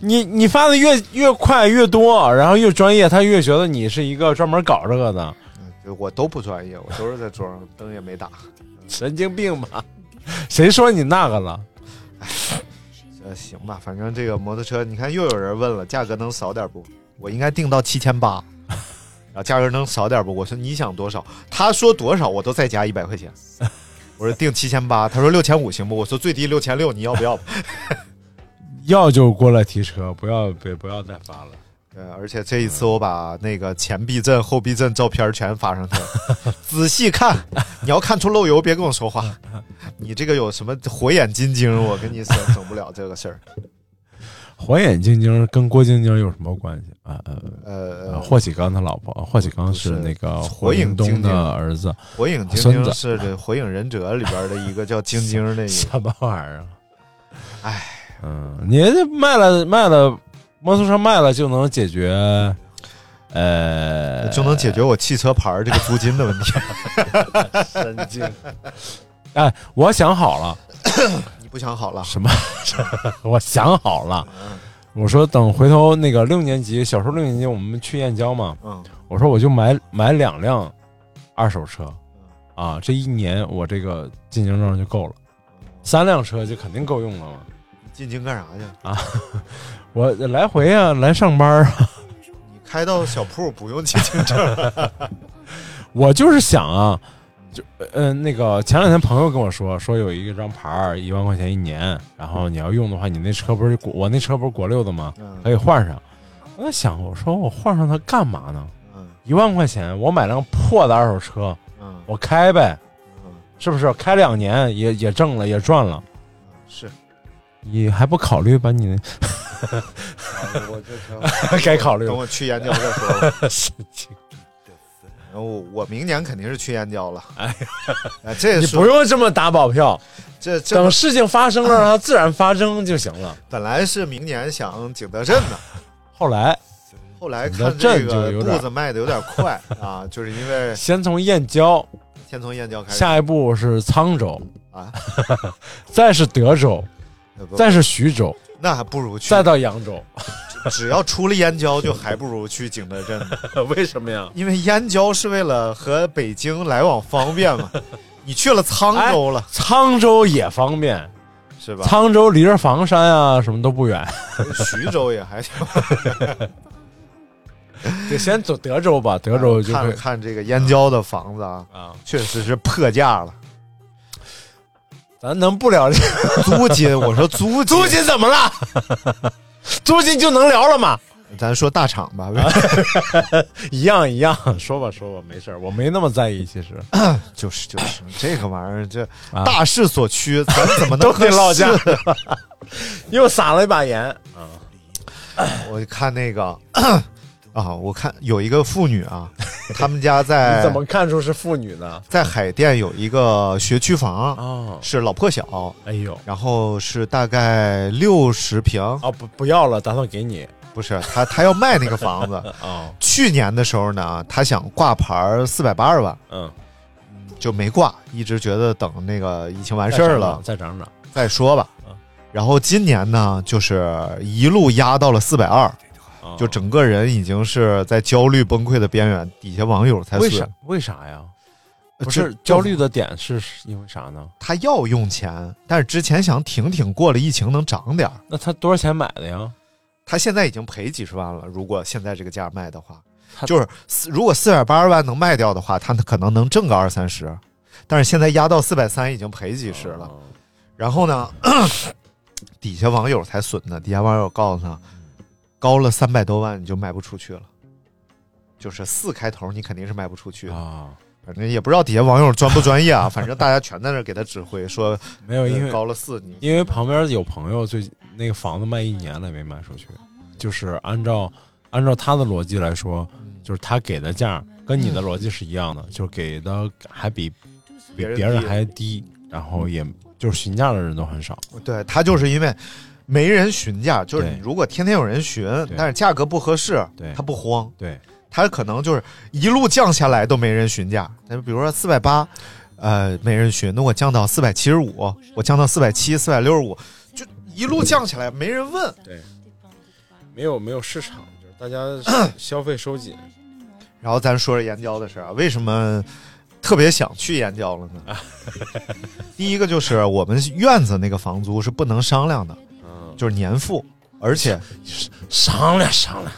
你你发的越越快越多，然后越专业，他越觉得你是一个专门搞这个的，我都不专业，我都是在桌上灯也没打。神经病吧？谁说你那个了？呃，行吧，反正这个摩托车，你看又有人问了，价格能少点不？我应该定到七千八，然后价格能少点不？我说你想多少？他说多少我都再加一百块钱。我说定七千八，他说六千五行不？我说最低六千六，你要不 [LAUGHS] 要？要就过来提车，不要别不要再发了。呃，而且这一次我把那个前避震、后避震照片全发上去了，仔细看，你要看出漏油，别跟我说话。你这个有什么火眼金睛？我跟你说，整不了这个事儿。火眼金睛跟郭晶晶有什么关系啊？呃，呃呃，霍启刚他老婆，霍启刚是不是那个火火影影东精灵的儿子，火影晶孙晶子是这《火影忍者》里边的一个叫晶晶的一个， [LAUGHS] 什么玩意儿啊？哎，嗯，你这卖了卖了摩托车卖了就能解决，呃，就能解决我汽车牌儿这个租金的问题。 [LAUGHS] 神经。哎，我想好了，你不想好了？ [LAUGHS] 什么？我想好了。我说等回头那个六年级，小时候六年级我们去燕郊嘛，嗯，我说我就买买两辆二手车，啊，这一年我这个进京证就够了，三辆车就肯定够用了嘛。进京干啥去？我来回啊，来上班啊，你开到小铺不用进京 [LAUGHS] 证，我就是想啊，就嗯、呃那个前两天朋友跟我说，说有一个张牌儿一万块钱一年，然后你要用的话，你那车不是国我那车不是国六的吗？嗯可以换上。我在想，我说我换上它干嘛呢？嗯一万块钱，我买辆破的二手车，嗯我开呗，嗯，是不是？开两年也也挣了，也赚了。是，你还不考虑把你那 [LAUGHS] 我这 [LAUGHS] 该考虑等了。我去燕郊再说吧。神经然后我我明年肯定是去燕郊 [LAUGHS] 了。哎呀，这你说不用这么打保票，这这等事情发生了，让它自然发生就行了。本来是明年想景德镇的，后来后来啊景德看这镇就个有点步子迈的有点快啊， [LAUGHS] 就是因为先从燕郊，先从燕郊开始下一步是沧州，啊， [LAUGHS] 再是德州，呃不再是徐州，那还不如去再到扬州。只要出了燕郊，就还不如去景德镇呢， [LAUGHS] 为什么呀？ [LAUGHS] 因为燕郊是为了和北京来往方便嘛。你去了沧州了，哎沧州也方便，是吧？哎沧州离着房山啊什么都 [LAUGHS] 不远。徐州也 [LAUGHS] 还行。得先走德州吧，德州就看会了看这个燕郊的房子啊，啊，确实是破价了。咱能不聊这个 [LAUGHS] 租金？我说租金，租金怎么了？ [LAUGHS] 租金就能聊了吗？咱说大厂吧，啊一样一样，说吧说吧，没事儿我没那么在意，其 [LAUGHS] 实 [LAUGHS] 就是就是这个玩意儿，这啊大势所趋，咱怎么能 [LAUGHS] 都得落价合适呢，又撒了一把盐啊，我就看那个 [CLEARS THROAT] 啊，我看有一个妇女 [LAUGHS] 啊，他们家在你怎么看出是妇女呢？在海淀有一个学区房，哦是老破小，哎呦，然后是大概六十平，哦不不要了，打算给你不是他他要卖那个房子。 [LAUGHS] 哦，去年的时候呢，他想挂牌四百八十万，嗯，就没挂，一直觉得等那个疫情完事儿了再涨涨，再说吧嗯。然后今年呢，就是一路压到了四百二，哦就整个人已经是在焦虑崩溃的边缘。底下网友才为损啥为啥呀？呃不这是焦虑的点是是因为啥呢？他要用钱，但是之前想挺挺过了疫情能涨点儿，那他多少钱买的呀？他现在已经赔几十万了。如果现在这个价卖的话他，就是四如果四百八十万能卖掉的话，他可能能挣个二三十，但是现在压到四百三已经赔几十了。哦然后呢， [CLEARS THROAT] 底下网友才损呢，底下网友告诉他，高了三百多万你就卖不出去了，就是四开头你肯定是卖不出去的。啊，反正也不知道底下网友专不专业啊，反正大家全在那儿给他指挥，说没有，因为呃高了四你因为旁边有朋友最近那个房子卖一年了也没卖出去，就是按照按照他的逻辑来说，就是他给的价跟你的逻辑是一样的，就是给的还比比别人别人低还低，然后也就是询价的人都很少。对他就是因为没人询价，就是对你如果天天有人询对，但是价格不合适对，他不慌，对，他可能就是一路降下来都没人询价。那比如说四百八，呃，没人询，那我降到四百七十五，我降到四百七、四百六十五，就一路降起来没人问。没有没有市场，就是大家 [COUGHS] 消费收紧。然后咱说说燕郊的事儿啊，为什么特别想去燕郊了呢？ [LAUGHS] 第一个就是我们院子那个房租是不能商量的，嗯就是年付，而且商量商量，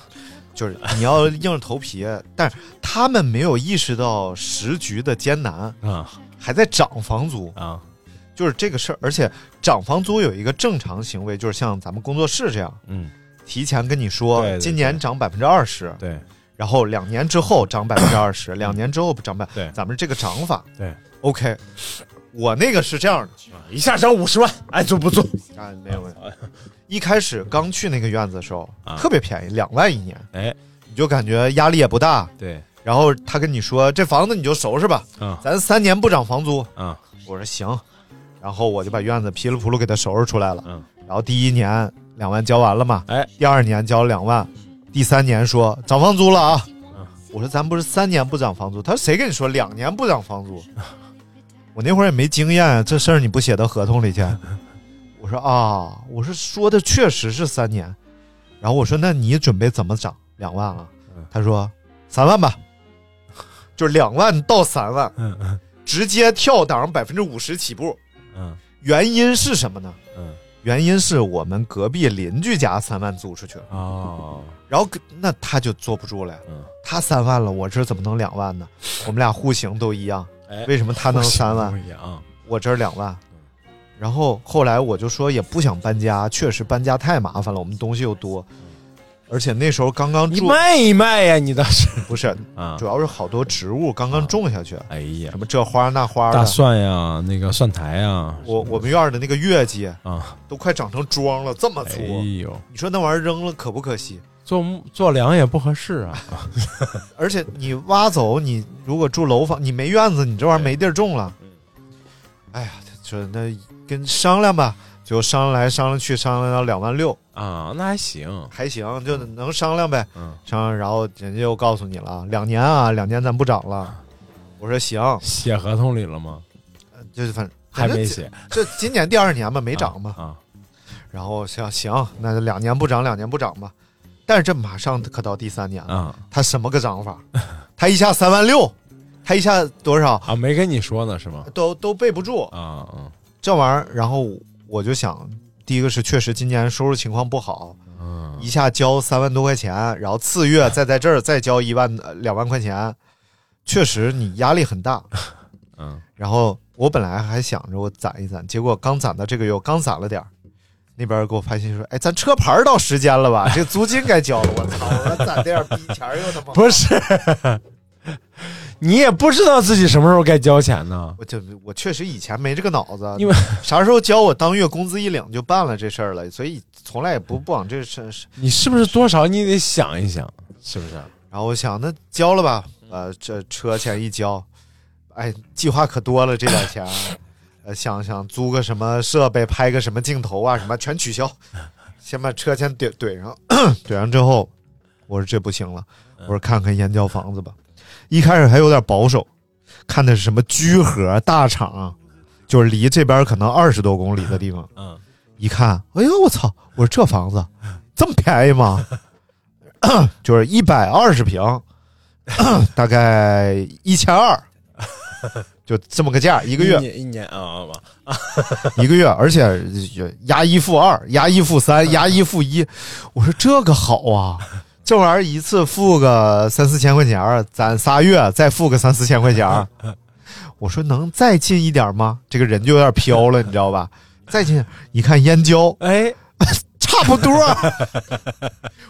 就是你要硬着头皮，但是他们没有意识到时局的艰难，啊还在涨房租，啊就是这个事儿。而且涨房租有一个正常行为，就是像咱们工作室这样，嗯，提前跟你说对对今年涨百分之二十，对然后两年之后涨百分之二十，两年之后不涨百，对咱们这个涨法对， ，OK。我那个是这样的啊一下涨五十万，爱做不做？啊，没有没有。一开始刚去那个院子的时候，啊特别便宜，两万一年，哎，你就感觉压力也不大，对，然后他跟你说这房子你就收拾吧，啊咱三年不涨房租。啊我说行，然后我就把院子噼里扑噜给他收拾出来了。嗯，然后第一年两万交完了嘛，哎，第二年交两万，第三年说涨房租了啊。嗯我说咱不是三年不涨房租，他说谁跟你说两年不涨房 [LAUGHS] 租？我那会儿也没经验，啊这事儿你不写到合同 [LAUGHS] 里去？我说啊，我说说的确实是三年，然后我说那你准备怎么涨？两万啊嗯？他说三 [LAUGHS] 万吧，就是两万到三万，嗯嗯直接跳档百分之五十起步。嗯原因是什么呢？嗯原因是我们隔壁邻居家三万租出去了，哦然后隔那他就坐不住了呀。嗯他三万了，我这怎么能两万呢？我们俩户型都一样，哎为什么他能三万，啊我这儿两万？然后后来我就说也不想搬家，确实搬家太麻烦了，我们东西又多，而且那时候刚刚你住，卖一卖呀，你倒是不是，啊主，要是好多植物刚刚种下去，哎呀啊什，么这花那花大的，蒜呀，那个蒜苔呀，我我们院儿的那个月季啊，都快长成桩了，这么哎粗，呦，你说那玩意儿扔了可不可惜？做木做梁也不合适啊，而且你挖走，你如果住楼房，你没院子，你这玩意儿没地儿种了。嗯哎呀，这那跟商量吧，最后商量来商量去，商量到两万六，啊，那还行，还行，就能商量呗。嗯，商量，然后人家又告诉你了，两年啊，两年咱不涨了。嗯我说行，写合同里了吗？就是反还反正没这写，这今年第二年嘛，没涨嘛。啊，然后我想行，那就两年不涨，两年不涨吧。但是这马上可到第三年了啊，啊 [LAUGHS] 他什么个涨法？他一下三万六，他一下多少啊？没跟你说呢是吗？都都背不住啊啊！这玩意儿，然后我就想，第一个是确实今年收入情况不好，嗯，一下交三万多块钱，然后次月再在这儿再交一万呃两万块钱，确实你压力很大，嗯。然后我本来还想着我攒一攒，结果刚攒到这个月，我刚攒了点儿，那边给我发信息说，哎，咱车牌儿到时间了吧？这租金该交了，我操！我说攒点儿逼钱儿又 [LAUGHS] 他妈不是，你也不知道自己什么时候该交钱呢。我就我确实以前没这个脑子，因为啥时候交我当月工资一领就办了这事儿了，所以从来也嗯不不往这事。事你是不是多少你得想一想，是不是？然后我想那交了吧，嗯呃，这车钱一交，哎，计划可多了这点 [LAUGHS] 钱，呃，想想租个什么设备，拍个什么镜头啊，什么全取消，先把车钱怼怼上， [CLEARS THROAT] 怼上之后，我说这不行了，我说看看燕郊房子吧，一开始还有点保守，看的是什么居合啊大厂，就是离这边可能二十多公里的地方。嗯，一看，哎呦我操！我说这房子这么便宜吗？ [COUGHS] 就是一百二十平， [COUGHS] 大概一千二，就这么个价，一一个月一年啊吧， [LAUGHS] 一个月，而且押一付二，押一付三，押一付一。我说这个好 [LAUGHS] 啊，这玩意儿一次付个三四千块钱儿，攒仨月再付个三四千块钱 [LAUGHS] 儿。我说能再近一点吗？这个人就有点飘了，你知道 [LAUGHS] 吧？再近一看燕郊，哎，差不 [LAUGHS] 多。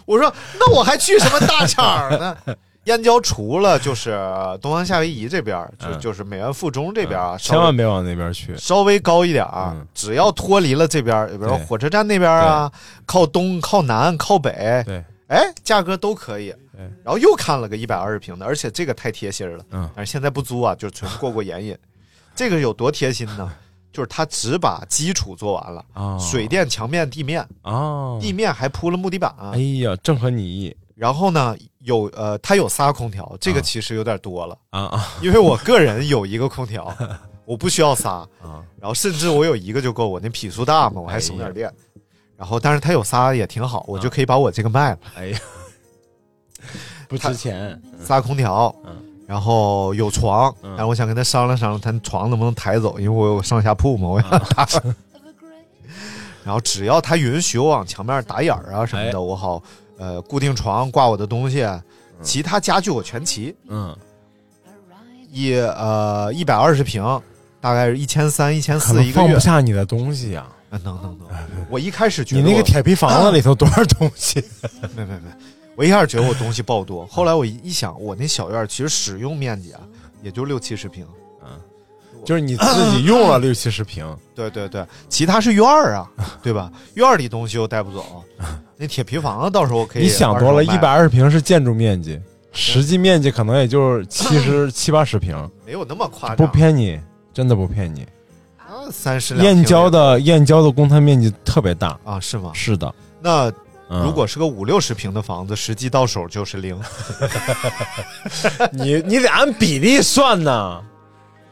我说那我还去什么大厂呢？ [LAUGHS] 燕郊除了就是呃东方夏威夷这边儿，就嗯就是美元附中这边儿啊，稍千微万别往那边去。稍微高一点儿，只要脱离了这边儿，比如说嗯对火车站那边儿啊，靠东、靠南、靠北，对，哎，价格都可以。对然后又看了个一百二十平的，而且这个太贴心了，嗯但是现在不租啊，就是纯过过眼瘾。这个有多贴心呢？就是他只把基础做完了，啊水电、墙面、地面，啊，地面还铺了木地板。啊哎呀，正合你意然后呢，有呃，它有仨空调，哦这个其实有点多了，啊啊！因为我个人有一个空调，我不需要仨。啊，哎然后甚至我有一个就够，我那匹数大嘛，我还省点电。然后，但是它有仨也挺好，啊我就可以把我这个卖了，哎 [LAUGHS] 呀，不值钱。仨空调，然后有床，嗯然后我想跟他商量商量，他床能不能抬走，因为我有上下铺嘛，我啊想打。然后只要他允许我往墙面打眼儿啊什么哎的，我好呃固定床挂我的东西，其他家具我全齐，嗯，一呃一百二十平，大概是一千三一千可四能一个放月不。下你的东西呀。啊能能能，我一开始觉你得那个我铁皮房子里头多少东西？ [LAUGHS] 没没没，我一开始觉得我东西爆多，后来我一想，我那小院儿其实使用面积啊，也就六七十平。就是你自己用了六七十平，对对对，其他是院儿 [LAUGHS] 啊，对吧？院儿里东西又带不走，那铁皮房啊子到时候可以你想多了，二手卖嗯一百二十平是建筑面积，实际面积可能也 [LAUGHS] 就是七十七八十平，没有那么夸不张，啊骗你，真的不骗你。三十两平燕郊的燕郊的公摊面积特别大，啊是吗？[LAUGHS] 是的。那嗯如果是个五六十平的房子，实际到手就是 [LAUGHS] 零，你你得按比例算呢，啊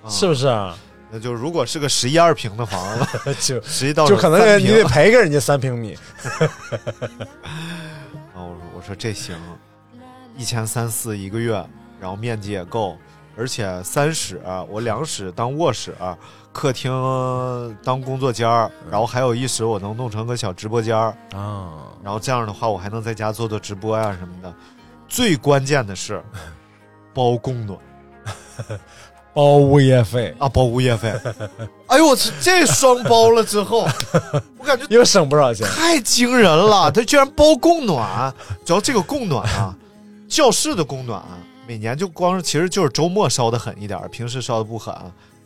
是不是？啊那就如果是个十一二平的房子， [LAUGHS] 就实际到手就可三啊能你平得 [LAUGHS] 赔给人家三平米。然后我说哦我说这行，一千三四一个月，然后面积也够，而且三室啊我两室当卧室，啊客厅当工作间儿，然后还有一室我能弄成个小直播间儿，啊，然后这样的话我还能在家做做直播呀、什么的。最关键的是，包供暖包物业费啊，包物业 [LAUGHS] 费。哎呦我去，这双包了之后，我感觉又省不 [LAUGHS] 少钱。太惊人了，它居然包供暖，主要这个供暖 [LAUGHS] 啊，教室的供暖啊每年就光是其实就是周末烧的狠一点儿，平时烧的不狠，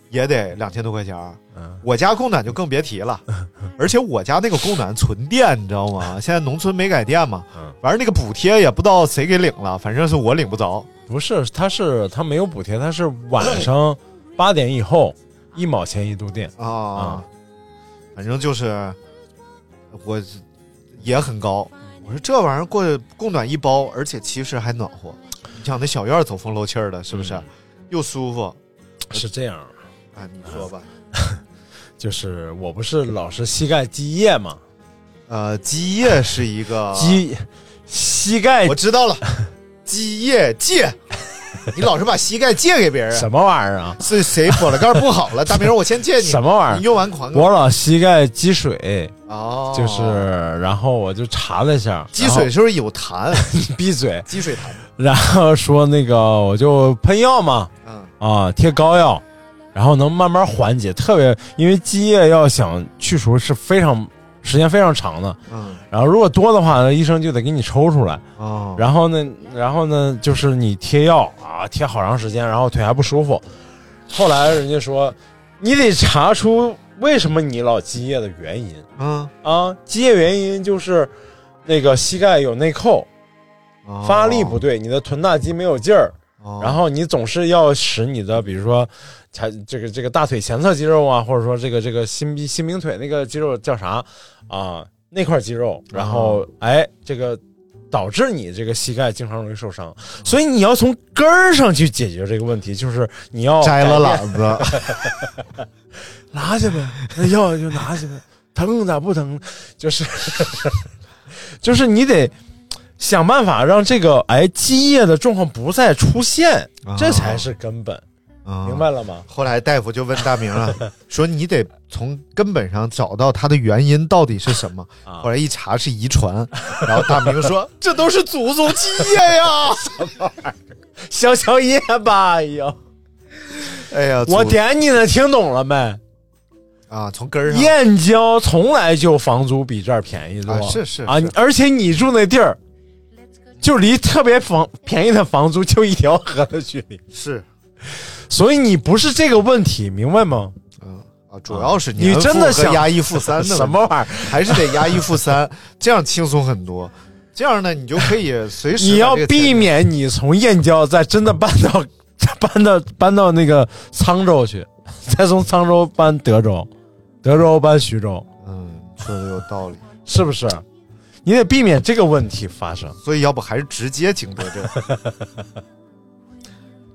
也得两千多块钱儿。嗯我家供暖就更别提 [LAUGHS] 了，而且我家那个供暖纯电，你知道吗？现在农村没改电嘛嗯，完事儿那个补贴也不知道谁给领了，反正是我领不着。不是，他是他没有补贴，他是晚上八点以后一毛钱一度电。啊，反正就是我也很高。我说这玩意儿过供暖一包，而且其实还暖和。你想那小院儿走风漏气儿的，是不是？嗯又舒服是这样，啊？你嗯说吧。就是我不是老是膝盖积液嘛，呃，基业是一个，积膝盖我知道了，基业界，你老是把膝盖借给别人，什么玩意儿啊？是谁破了盖不好了？大明儿，我先借你。 [LAUGHS] 什么玩意儿？你用完啊款给我老膝盖积水，哦，就是，然后我就查了一下，积水是不是有痰？ [LAUGHS] 闭嘴，积水痰。 [LAUGHS] 然后说那个我就喷药嘛，嗯啊，贴膏药，然后能慢慢缓解。特别因为积液要想去除是非常时间非常长的，嗯然后如果多的话，那医生就得给你抽出来。哦，然后呢，然后呢，就是你贴药啊，贴好长时间，然后腿还不舒服。后来人家说，你得查出为什么你老积液的原因嗯啊，积液原因就是那个膝盖有内扣， [LAUGHS] 哦发力不对，你的臀大肌没有劲儿。然后你总是要使你的，比如说，才这个这个大腿前侧肌肉啊，或者说这个这个心臂心柄腿那个肌肉叫啥啊、那块肌肉，然后哎，这个导致你这个膝盖经常容易受伤，所以你要从根儿上去解决这个问题，就是你要摘了哦改变懒子，拿 [LAUGHS] 去呗，那药就拿去呗，疼咋不疼？就是 [LAUGHS] 就是你得想办法让这个哎积液的状况不再出现，啊这才是根本，明白了吗？后来大夫就问大明了， [LAUGHS] 说你得从根本上找到它的原因到底是什么。 [LAUGHS] 啊后来一查是遗传，然后大明说这都是祖宗基业 [LAUGHS] 呀，消消夜吧，哎呦，：“哎呀，我祖点你的，听懂了没？啊，从根儿上。”燕郊从来就房租比这儿便宜多，啊是是啊是，而且你住那地儿，就离特别房便宜的房租就一条河的距离，是所以你不是这个问题，明白吗？啊，主要是你年真的复和想压一负三的问题什么玩意儿？还是得压一负三， [LAUGHS] 这样轻松很多。这样呢，你就可以随时你要把这个避钱免你从燕郊再真的搬到 [LAUGHS] 搬到搬到那个沧州去，再从沧州搬德州，德州搬徐州，嗯，说的有道理，是不是？你得避免这个问题发生。所以要不还是直接景德镇。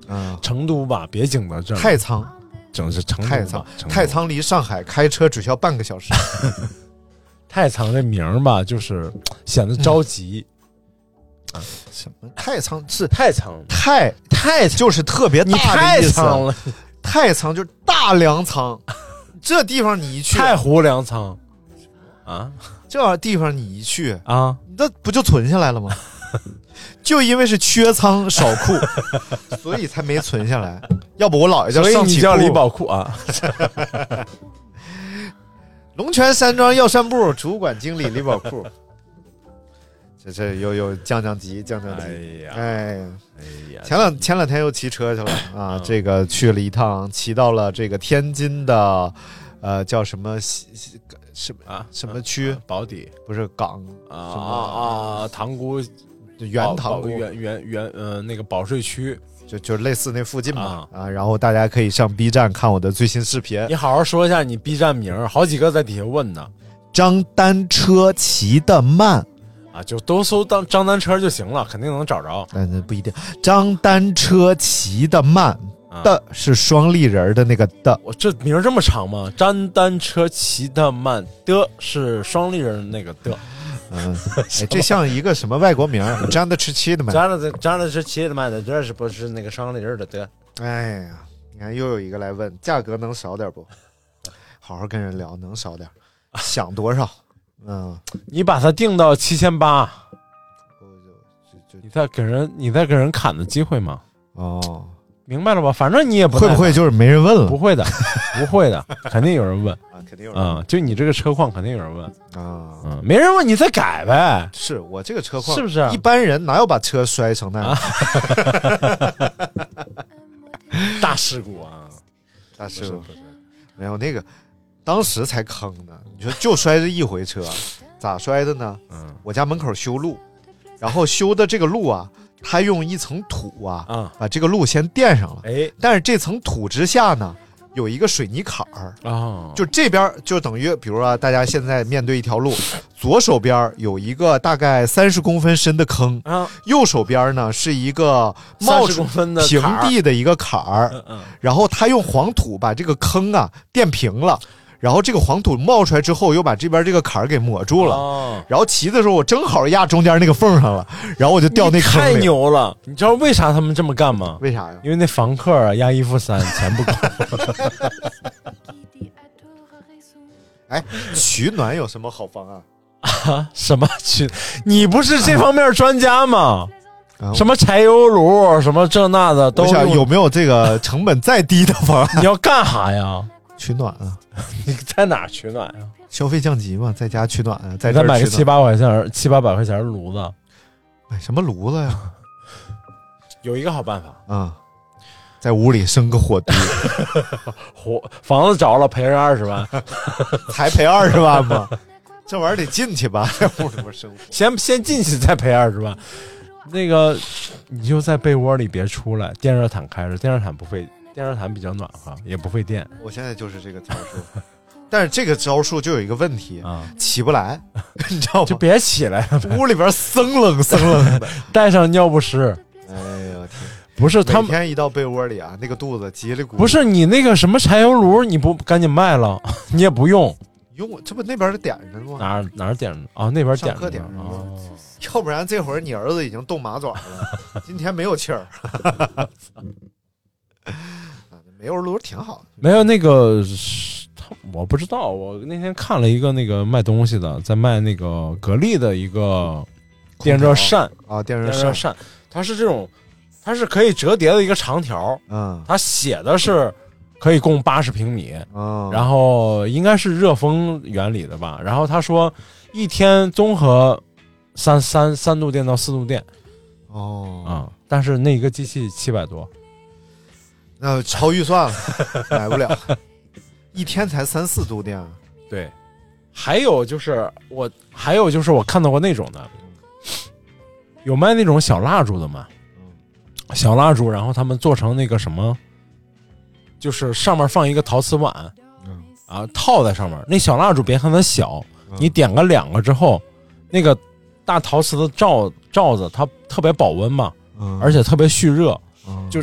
嗯，成都吧，别景德镇了，太仓，啊整是成都吧太仓，嗯成都太仓离上海开车只需要半个小时。太仓这名儿吧，就是显得着急。什么？太仓是太仓，太 [LAUGHS] 太仓就是特别你大太的意思。仓 [LAUGHS] 了，太仓就是大粮仓，这地方你一去，太湖粮仓啊这地方你一去，啊！那不就存下来了吗？ [LAUGHS] 就因为是缺仓少库，所以才没存下来。要不我姥爷叫所以上你起叫库李宝库啊？龙泉山庄药膳部主管经理李宝库。这这又又降降级，降降级。哎呀哎，哎呀，嗯前两前两天又骑车去了啊，这个去了一趟，骑到了这个天津的，呃，叫什么西西什么啊什么区？保底不是港啊什么啊！塘沽原塘沽原原原呃那个保税区，就就类似那附近吧啊，然后大家可以上 B 站看我的最新视频你。好好说一下你 B 站名儿，好几个在底下问呢张单车骑得慢，啊，就都搜当张单车就行了，肯定能找着。但呃是不一定。张单车骑得慢啊的是双立人儿的那个的，哎我这名儿这么长吗？张单车骑得慢的是双立人那个的，嗯，哎，这像一个什么外国名 [LAUGHS] 儿？张的吃骑的慢。张的张的是骑得慢的，这是不是那个双立人的的？哎呀，你看又有一个来问，价格能少点不？好好跟人聊，能少点？想多少？嗯，你把它定到七千八，就就你再给人你再给人砍的机会吗？哦，明白了吧？反正你也不会耐不会就是没人问不了？会的， [LAUGHS] 不会的，肯定有人问啊，肯定有人啊、就你这个车况，肯定有人问，问啊。嗯，没人问你再改呗。是我这个车况是啊不一是般人哪有把车摔成那 [LAUGHS] 样？大事故啊！大师傅，没有那个，当时才坑呢。你说就摔这一回车，咋摔的呢？嗯我家门口修路，然后修的这个路啊，他用一层土啊，啊，把这个路先垫上了。哎但是这层土之下呢，有一个水泥坎儿，啊，就这边儿就等于，比如说大家现在面对一 [LAUGHS] 条路，左手边儿有一个大概三十公分深的坑，啊，右手边儿呢是一个冒三十出公分的平坎儿，地的一个坎儿，嗯嗯，然后他用黄土把这个坑啊垫平了，然后这个黄土冒出来之后，又把这边这个坎儿给抹住了。哦然后骑的时候，我正好压中间那个缝上了，然后我就掉那坑里太了。牛了！你知道为啥他们这么干吗？为啥呀？因为那房客啊，押一付三，钱不够。 [LAUGHS] 哎，取暖有什么好方案？啊，什么去？你不是这方面专家吗？什么柴油炉，什么这那的，都我想用有没有这个成本再低的方案？你要干啥呀？取暖啊，你在哪儿取暖呀？消费降级嘛，在家取暖啊，在这你嗯再儿买个取暖七八块钱儿、七八百块钱儿的炉子，买什么炉子呀？ [LAUGHS] 有一个好办法，啊，在屋里生个火堆，火房子着了赔人二十万，还赔二十万吗？这玩意儿得进去吧， [LAUGHS] 在屋里边生火。先先进去再赔二十万。那个，你就在被窝里别出来，电热毯开着，电热毯不费，电热毯比较暖和，也不费电。我现在就是这个招数，但是这个招数就有一个问题啊，起不来， [LAUGHS] 你知道吗？就别起来了呗，屋里边生冷生冷的。 [LAUGHS] 带上尿不湿，哎呦天！不是每他们天一到被窝里啊，那个肚子叽里咕噜。不是你那个什么柴油炉，你不赶紧卖了， [LAUGHS] 你也不用，用我这不那边儿点着呢吗？哪儿哪儿点着啊、哦？那边点上着课呢点着哦呢，要不然这会儿你儿子已经冻麻爪 [LAUGHS] 了，今天没有气儿。 [LAUGHS] 啊没有炉挺好没有那个是他，我不知道。我那天看了一个那个卖东西的，在卖那个格力的一个电热扇啊，电热电热扇，它是这种，它是可以折叠的一个长条，嗯，它写的是可以供八十平米，嗯，然后应该是热风原理的吧。然后他说一天综合三三三度电到四度电哦啊、但是那一个机器七百多，嗯那超预算了，买不了， [LAUGHS] 一天才三四度电，对。还有就是我，还有就是我看到过那种的，有卖那种小蜡烛的嘛，小蜡烛，然后他们做成那个什么，就是上面放一个陶瓷碗，啊，套在上面。那小蜡烛别看它小，你点个两个之后，那个大陶瓷的罩罩子它特别保温嘛，而且特别蓄热，就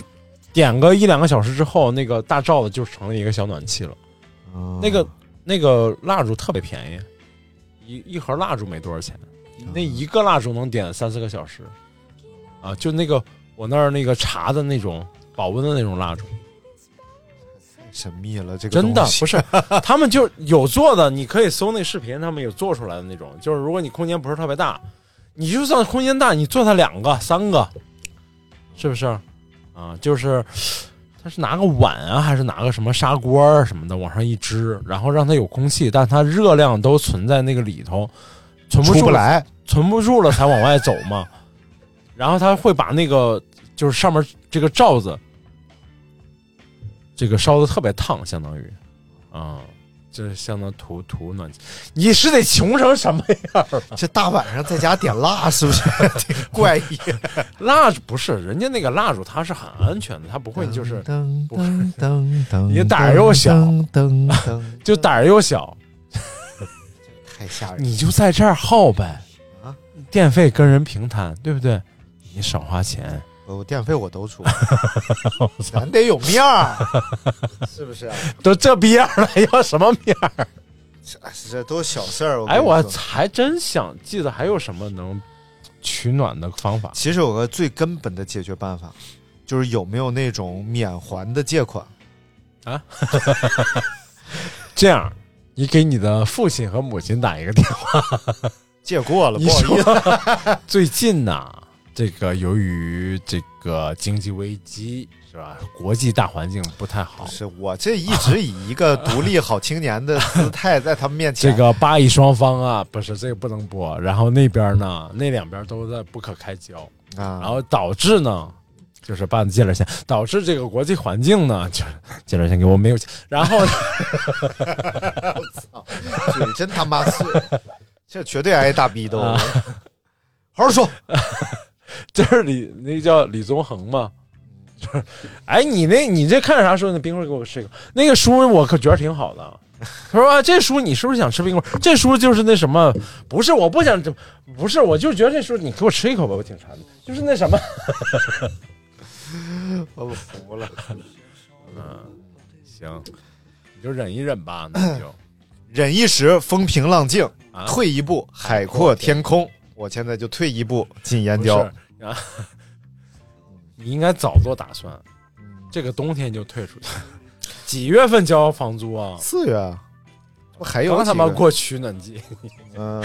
点个一两个小时之后，那个大罩子就成了一个小暖气了。嗯啊那个那个蜡烛特别便宜，一一盒蜡烛没多少钱，那一个蜡烛能点三四个小时，啊，就那个我那儿那个茶的那种保温的那种蜡烛，神秘了这个真的东西 [LAUGHS] 不是，他们就有做的，你可以搜那视频，他们有做出来的那种，就是如果你空间不是特别大，你就算空间大，你做它两个、三个，是不是？啊，就是它是拿个碗啊，还是拿个什么砂锅儿什么的往上一支，然后让它有空气，但它热量都存在那个里头，存不出住不了来，存不住了才往外走 [LAUGHS] 嘛。然后他会把那个就是上面这个罩子，这个烧的特别烫，相当于啊、这相当图图暖气。你是得穷成什么样儿啊？这大晚上在家点蜡是不是挺怪异？ [LAUGHS] 蜡烛不是人家那个蜡烛，它是很安全的，它不会就是噔不会噔噔，你胆儿又小噔噔 [LAUGHS] 噔，就胆儿又小，太吓人了。你就在这儿耗呗啊，电费跟人平摊，对不对？你少花钱，我电费我都 [LAUGHS] 出，咱得有面儿，是不是啊？都这逼样了，要什么面儿？这这都小事儿。哎，我我还真想记得还有什么能取暖的方法。其实有个最根本的解决办法，就是有没有那种免还的借款？这样，你给你的父亲和母亲打一个电话，借过了，你不好意思，思。 [LAUGHS] 最近呐、这个由于这个经济危机是吧，国际大环境不太好不， [LAUGHS] 是我这一直以一个独立好青年的姿态在他们面前。这个巴以双方啊，不是这个不能播。然后那边呢，那两边都在不可开交，啊，然后导致呢。就是办借点钱，导致这个国际环境呢，就是借点钱给我没有钱，然后呢嘴真他妈碎， [LAUGHS] 这绝对挨大逼斗。啊 [LAUGHS] 好好说， [LAUGHS] 就是李那叫李宗恒嘛，就是，哎，你那你这看啥书呢？冰棍儿给我吃一个。那个书我可觉得挺好的。他说、啊、这书你是不是想吃冰棍儿？这书就是那什么，不是我不想，不是我就觉得这书你给我吃一口吧，我挺馋的。就是那什么， [LAUGHS] 我服了。嗯行，你就忍一忍吧，那就忍一时风平浪静，啊退一步海阔天空。我现在就退一步进岩不雕。是啊， [LAUGHS] 你应该早做打算，嗯这个冬天就退出去。 [LAUGHS] 几月份交房租啊？四月啊，我还有刚他几妈个过去呢，你嗯，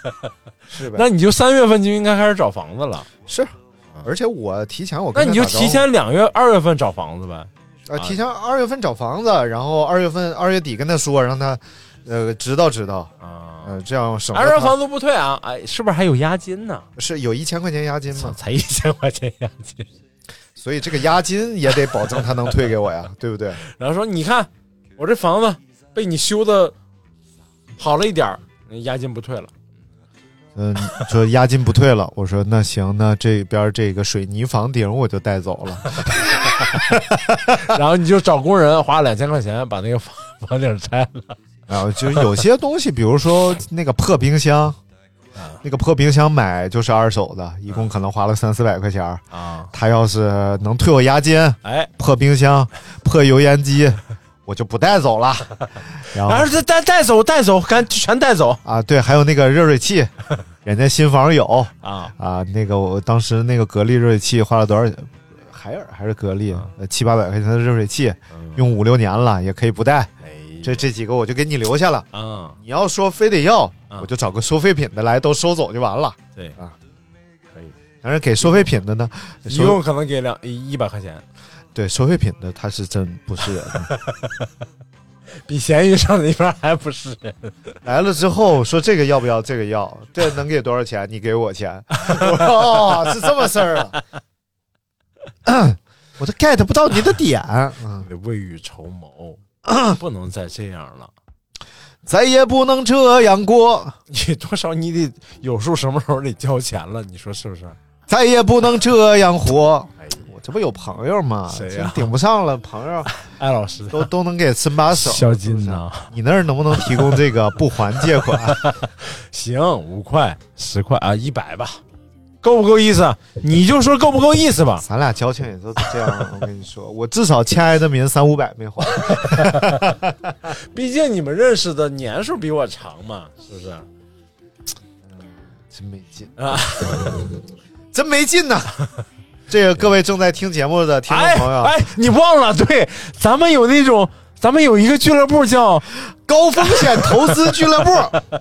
[LAUGHS] 是呗？那你就三月份就应该开始找房子了。是，而且我提前我那跟你他就打招提呼前两月、二月份找房子呗。呃，提前二月份找房子，然后二月份二月底跟他说，让他呃指导指导啊，呃这样省。二月份房租不退啊？哎，是不是还有押金呢？是有一千块钱押金 [LAUGHS] 吗？才一千块钱押金，所以这个押金也得保证他能退给我呀，对不对？然后说你看我这房子被你修的好了一点儿，押金不 [LAUGHS] 退了。嗯，说押金不退了，我说那行，那这边这个水泥房顶我就带走了。然后你就找工人花两千块钱把那个房房顶拆了。然后啊就是有些东西，比如说那个破冰箱，啊那个破冰箱买就是二手的，一共可能花了三四百块钱啊。他要是能退我押金，哎，破冰箱、破油烟机，我就不带走了。然后然后这带带走带走，赶全带走啊，对，还有那个热水器，人家新房有啊啊，那个我当时那个格力热水器花了多少？海尔还是格力？啊呃，七八百块钱的热水器，嗯用五六年了，也可以不带。哎这这几个我就给你留下了。啊！你要说非得要，嗯我就找个收废品的来都收走就完了。对啊，可以。但是给收废品的呢，一收共可能给两一一百块钱，对收废品的他是真不是人。 [LAUGHS] 比闲鱼上的那边还不是人。来了之后说这个要不要，这个要，这能给多少钱？你给我钱。我说哦，是这么事儿啊。 [COUGHS] 我都 get 不到你的点，嗯，未雨绸 [CLEARS THROAT] 缪，不能再这样了。咱也不能这样过，你多少你得有数，什么时候得交钱了？你说是不是？哎咱也不能这样活。我这不有朋友吗？谁呀真顶不上了，朋友艾老师都都能给伸把 [LAUGHS] 手。小金呐，你那儿能不能提供这个不还借款？行，五块、十块啊，一百吧，够不够意思？啊你就说够不够意思吧。咱俩交情也就这样了。我跟你说，我至少欠挨的民三五百没还。毕竟你们认识的年数比我长嘛，是不是？真没劲啊！ [LAUGHS] 真没劲呐！这个各位正在听节目的听众哎朋友，哎，你忘了？对，咱们有那种，咱们有一个俱乐部叫高风险投资俱乐部。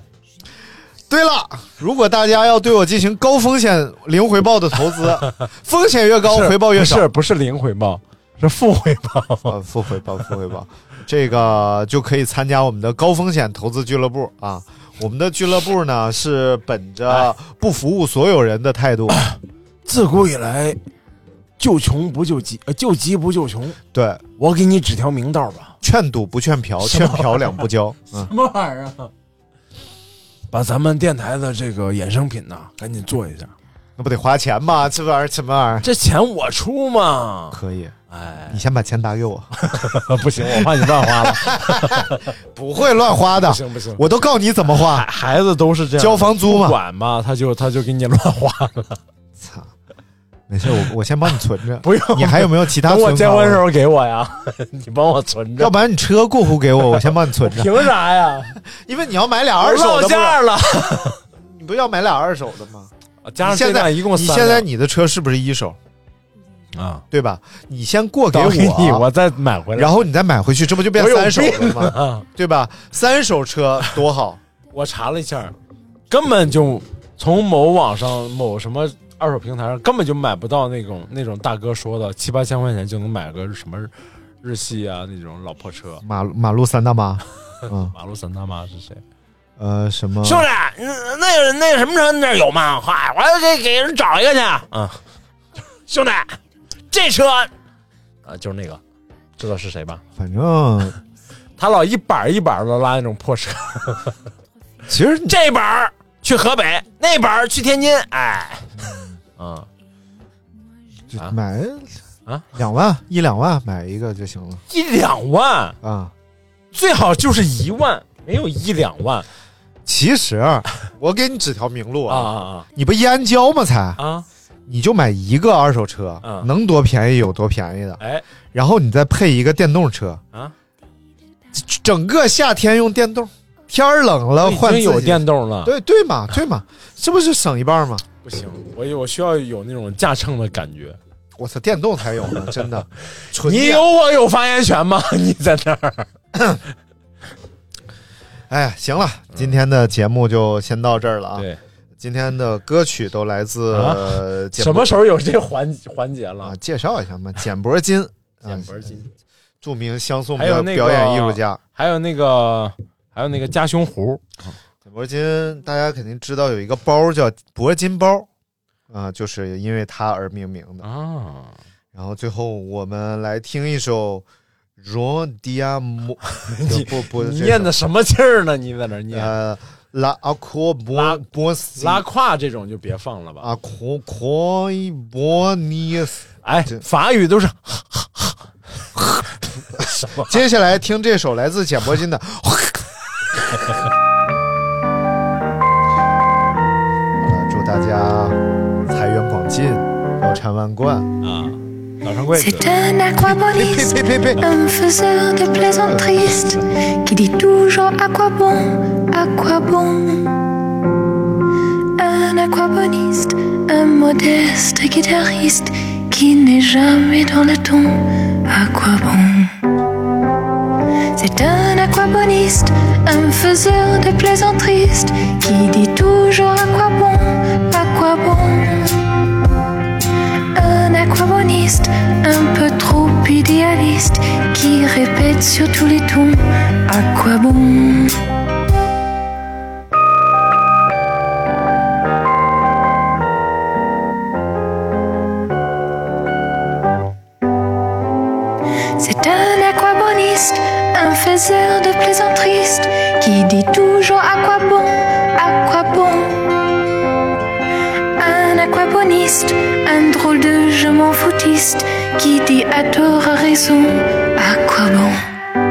对了，如果大家要对我进行高风险零回报的投 [LAUGHS] 资，风险越高，是回报越少不。是不是零回报，是负回 [LAUGHS] 报。呃，负回报，负回报，这个就可以参加我们的高风险投资俱乐部啊。我们的俱乐部呢是本哎着不服务所有人的态 [LAUGHS] 度，自古以来，救穷不救急，呃救急不救穷。对，我给你指条明道吧。劝赌不劝嫖，劝嫖两不 [LAUGHS] 交。嗯，什么玩意儿啊？把咱们电台的这个衍生品呐、赶紧做一下。那不得花钱吗？这玩意儿什么玩意儿？这钱我出嘛？可以，哎，你先把钱打给我， [LAUGHS] 不行，我怕你乱花了。 [LAUGHS] 不会乱花的不。行不行，我都告你怎么 [LAUGHS] 花， [LAUGHS] 孩子都是这样的，交房租嘛不管嘛，他就他就给你乱花了。操！没事，我我先帮你存着。 [LAUGHS] 不用你还有没有其他等存款？我啊结婚时，候给我呀， [LAUGHS] 你帮我存着要。不然你车过户给 [LAUGHS] 我，我先帮你存着。凭啥呀？因为你要买俩 [LAUGHS] 二手我的落不是，价了，你不要买俩二手的吗？加 [LAUGHS] 上你现这在辆一共你三现在辆你的车是不是一手？啊，对吧？你先过给你，我啊我再买回来。然后你再买回去，这不就变我有三手了病吗？啊，对吧？三手车多好， [LAUGHS] 我查了一下，根本就从某网上某什么二手平台上根本就买不到那种那种大哥说的七八千块钱就能买个什么日系啊那种老破车。马路马路三大 [LAUGHS] 妈，嗯马路三大妈是谁？呃什么？兄弟，嗯那个那个什么车那儿有吗？嗨，我要给给人找一个去。啊，兄弟，这车啊就是那个，知道是谁吧？反正他老一板儿一板的拉那种破 [LAUGHS] 车，其实你这板儿去河北，那板儿去天津，哎，啊。就啊买啊两万一两万买一个就行了一两万，啊。最好就是一万，没有一两万其 [LAUGHS] 实我给你指条明路啊啊，啊你不燕郊吗？才啊啊！你就买一个二手车，嗯能多便宜有多便宜的，哎然后你再配一个电动车啊，整个夏天用电动，天儿冷了已换经自己有电动了，对对嘛对嘛，这不是省一半吗？不行，我我需要有那种驾乘的感觉。我操，电动才有呢，真 [LAUGHS] 的。纯你电有我有发言权吗？ [LAUGHS] 你在那儿？哎，行了，今天的节目就先到这儿了啊。对，今天的歌曲都来自、啊呃简什博么时候有这环环节了啊？？介绍一下嘛，简伯金，简博金，著名相送还有的那个表演艺术家。，还有那个，还有那个加胸脯，简伯金，大家肯定知道有一个包叫铂金包，啊、就是因为他而命名的啊。然后最后我们来听一首《Ron Diamo》，不不，你这念首的什么劲儿呢？你在那儿念呃拉阿库波波斯拉胯这种就别放了吧。阿库库伊波尼斯。哎，法语都是什么？接下来听这首来自简伯金的， [LAUGHS] 啊好了，祝大家财源广进，腰缠万贯。啊，老掌柜 C'est un aquaboniste, Pé, pé, pé, pé. un faiseur de plaisantristes qui dit toujours à quoi bon, à quoi bon. Un aquaboniste, un modeste guitariste qui n'est jamais dans le ton, à quoi bon. C'est un aquaboniste, un faiseur de plaisantristes qui dit toujours à quoi bon, à quoi bon un aquaboniste un peu trop idéaliste qui répète sur tous les tons à quoi bon C'est un aquaboniste, un faiseur de plaisanteristes qui dit toujours à quoi bon, à quoi bon un aquaboniste, un drôle de je m'en foutiste qui dit à tort à raison à quoi bon.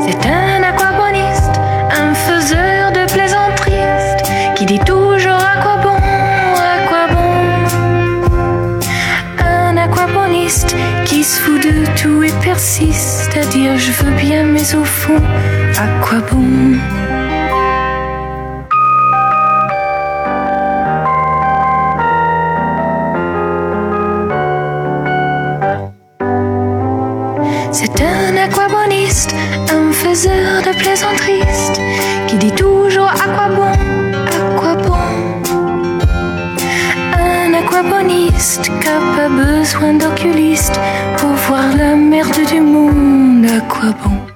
C'est un aquaboniste, un faiseur de plaisanteristes qui dit toujours à quoi bon, à quoi bon. Un aquaboniste qui se fout de tout et persiste à dire je veux bien mais au fond à quoi bon. C'est un aquaboniste, un faiseur de plaisanteristes qui dit toujours à quoi bon, à quoi bon. Un aquaboniste qui a pas besoin d'oculiste pour voir la merde du monde, à quoi bon.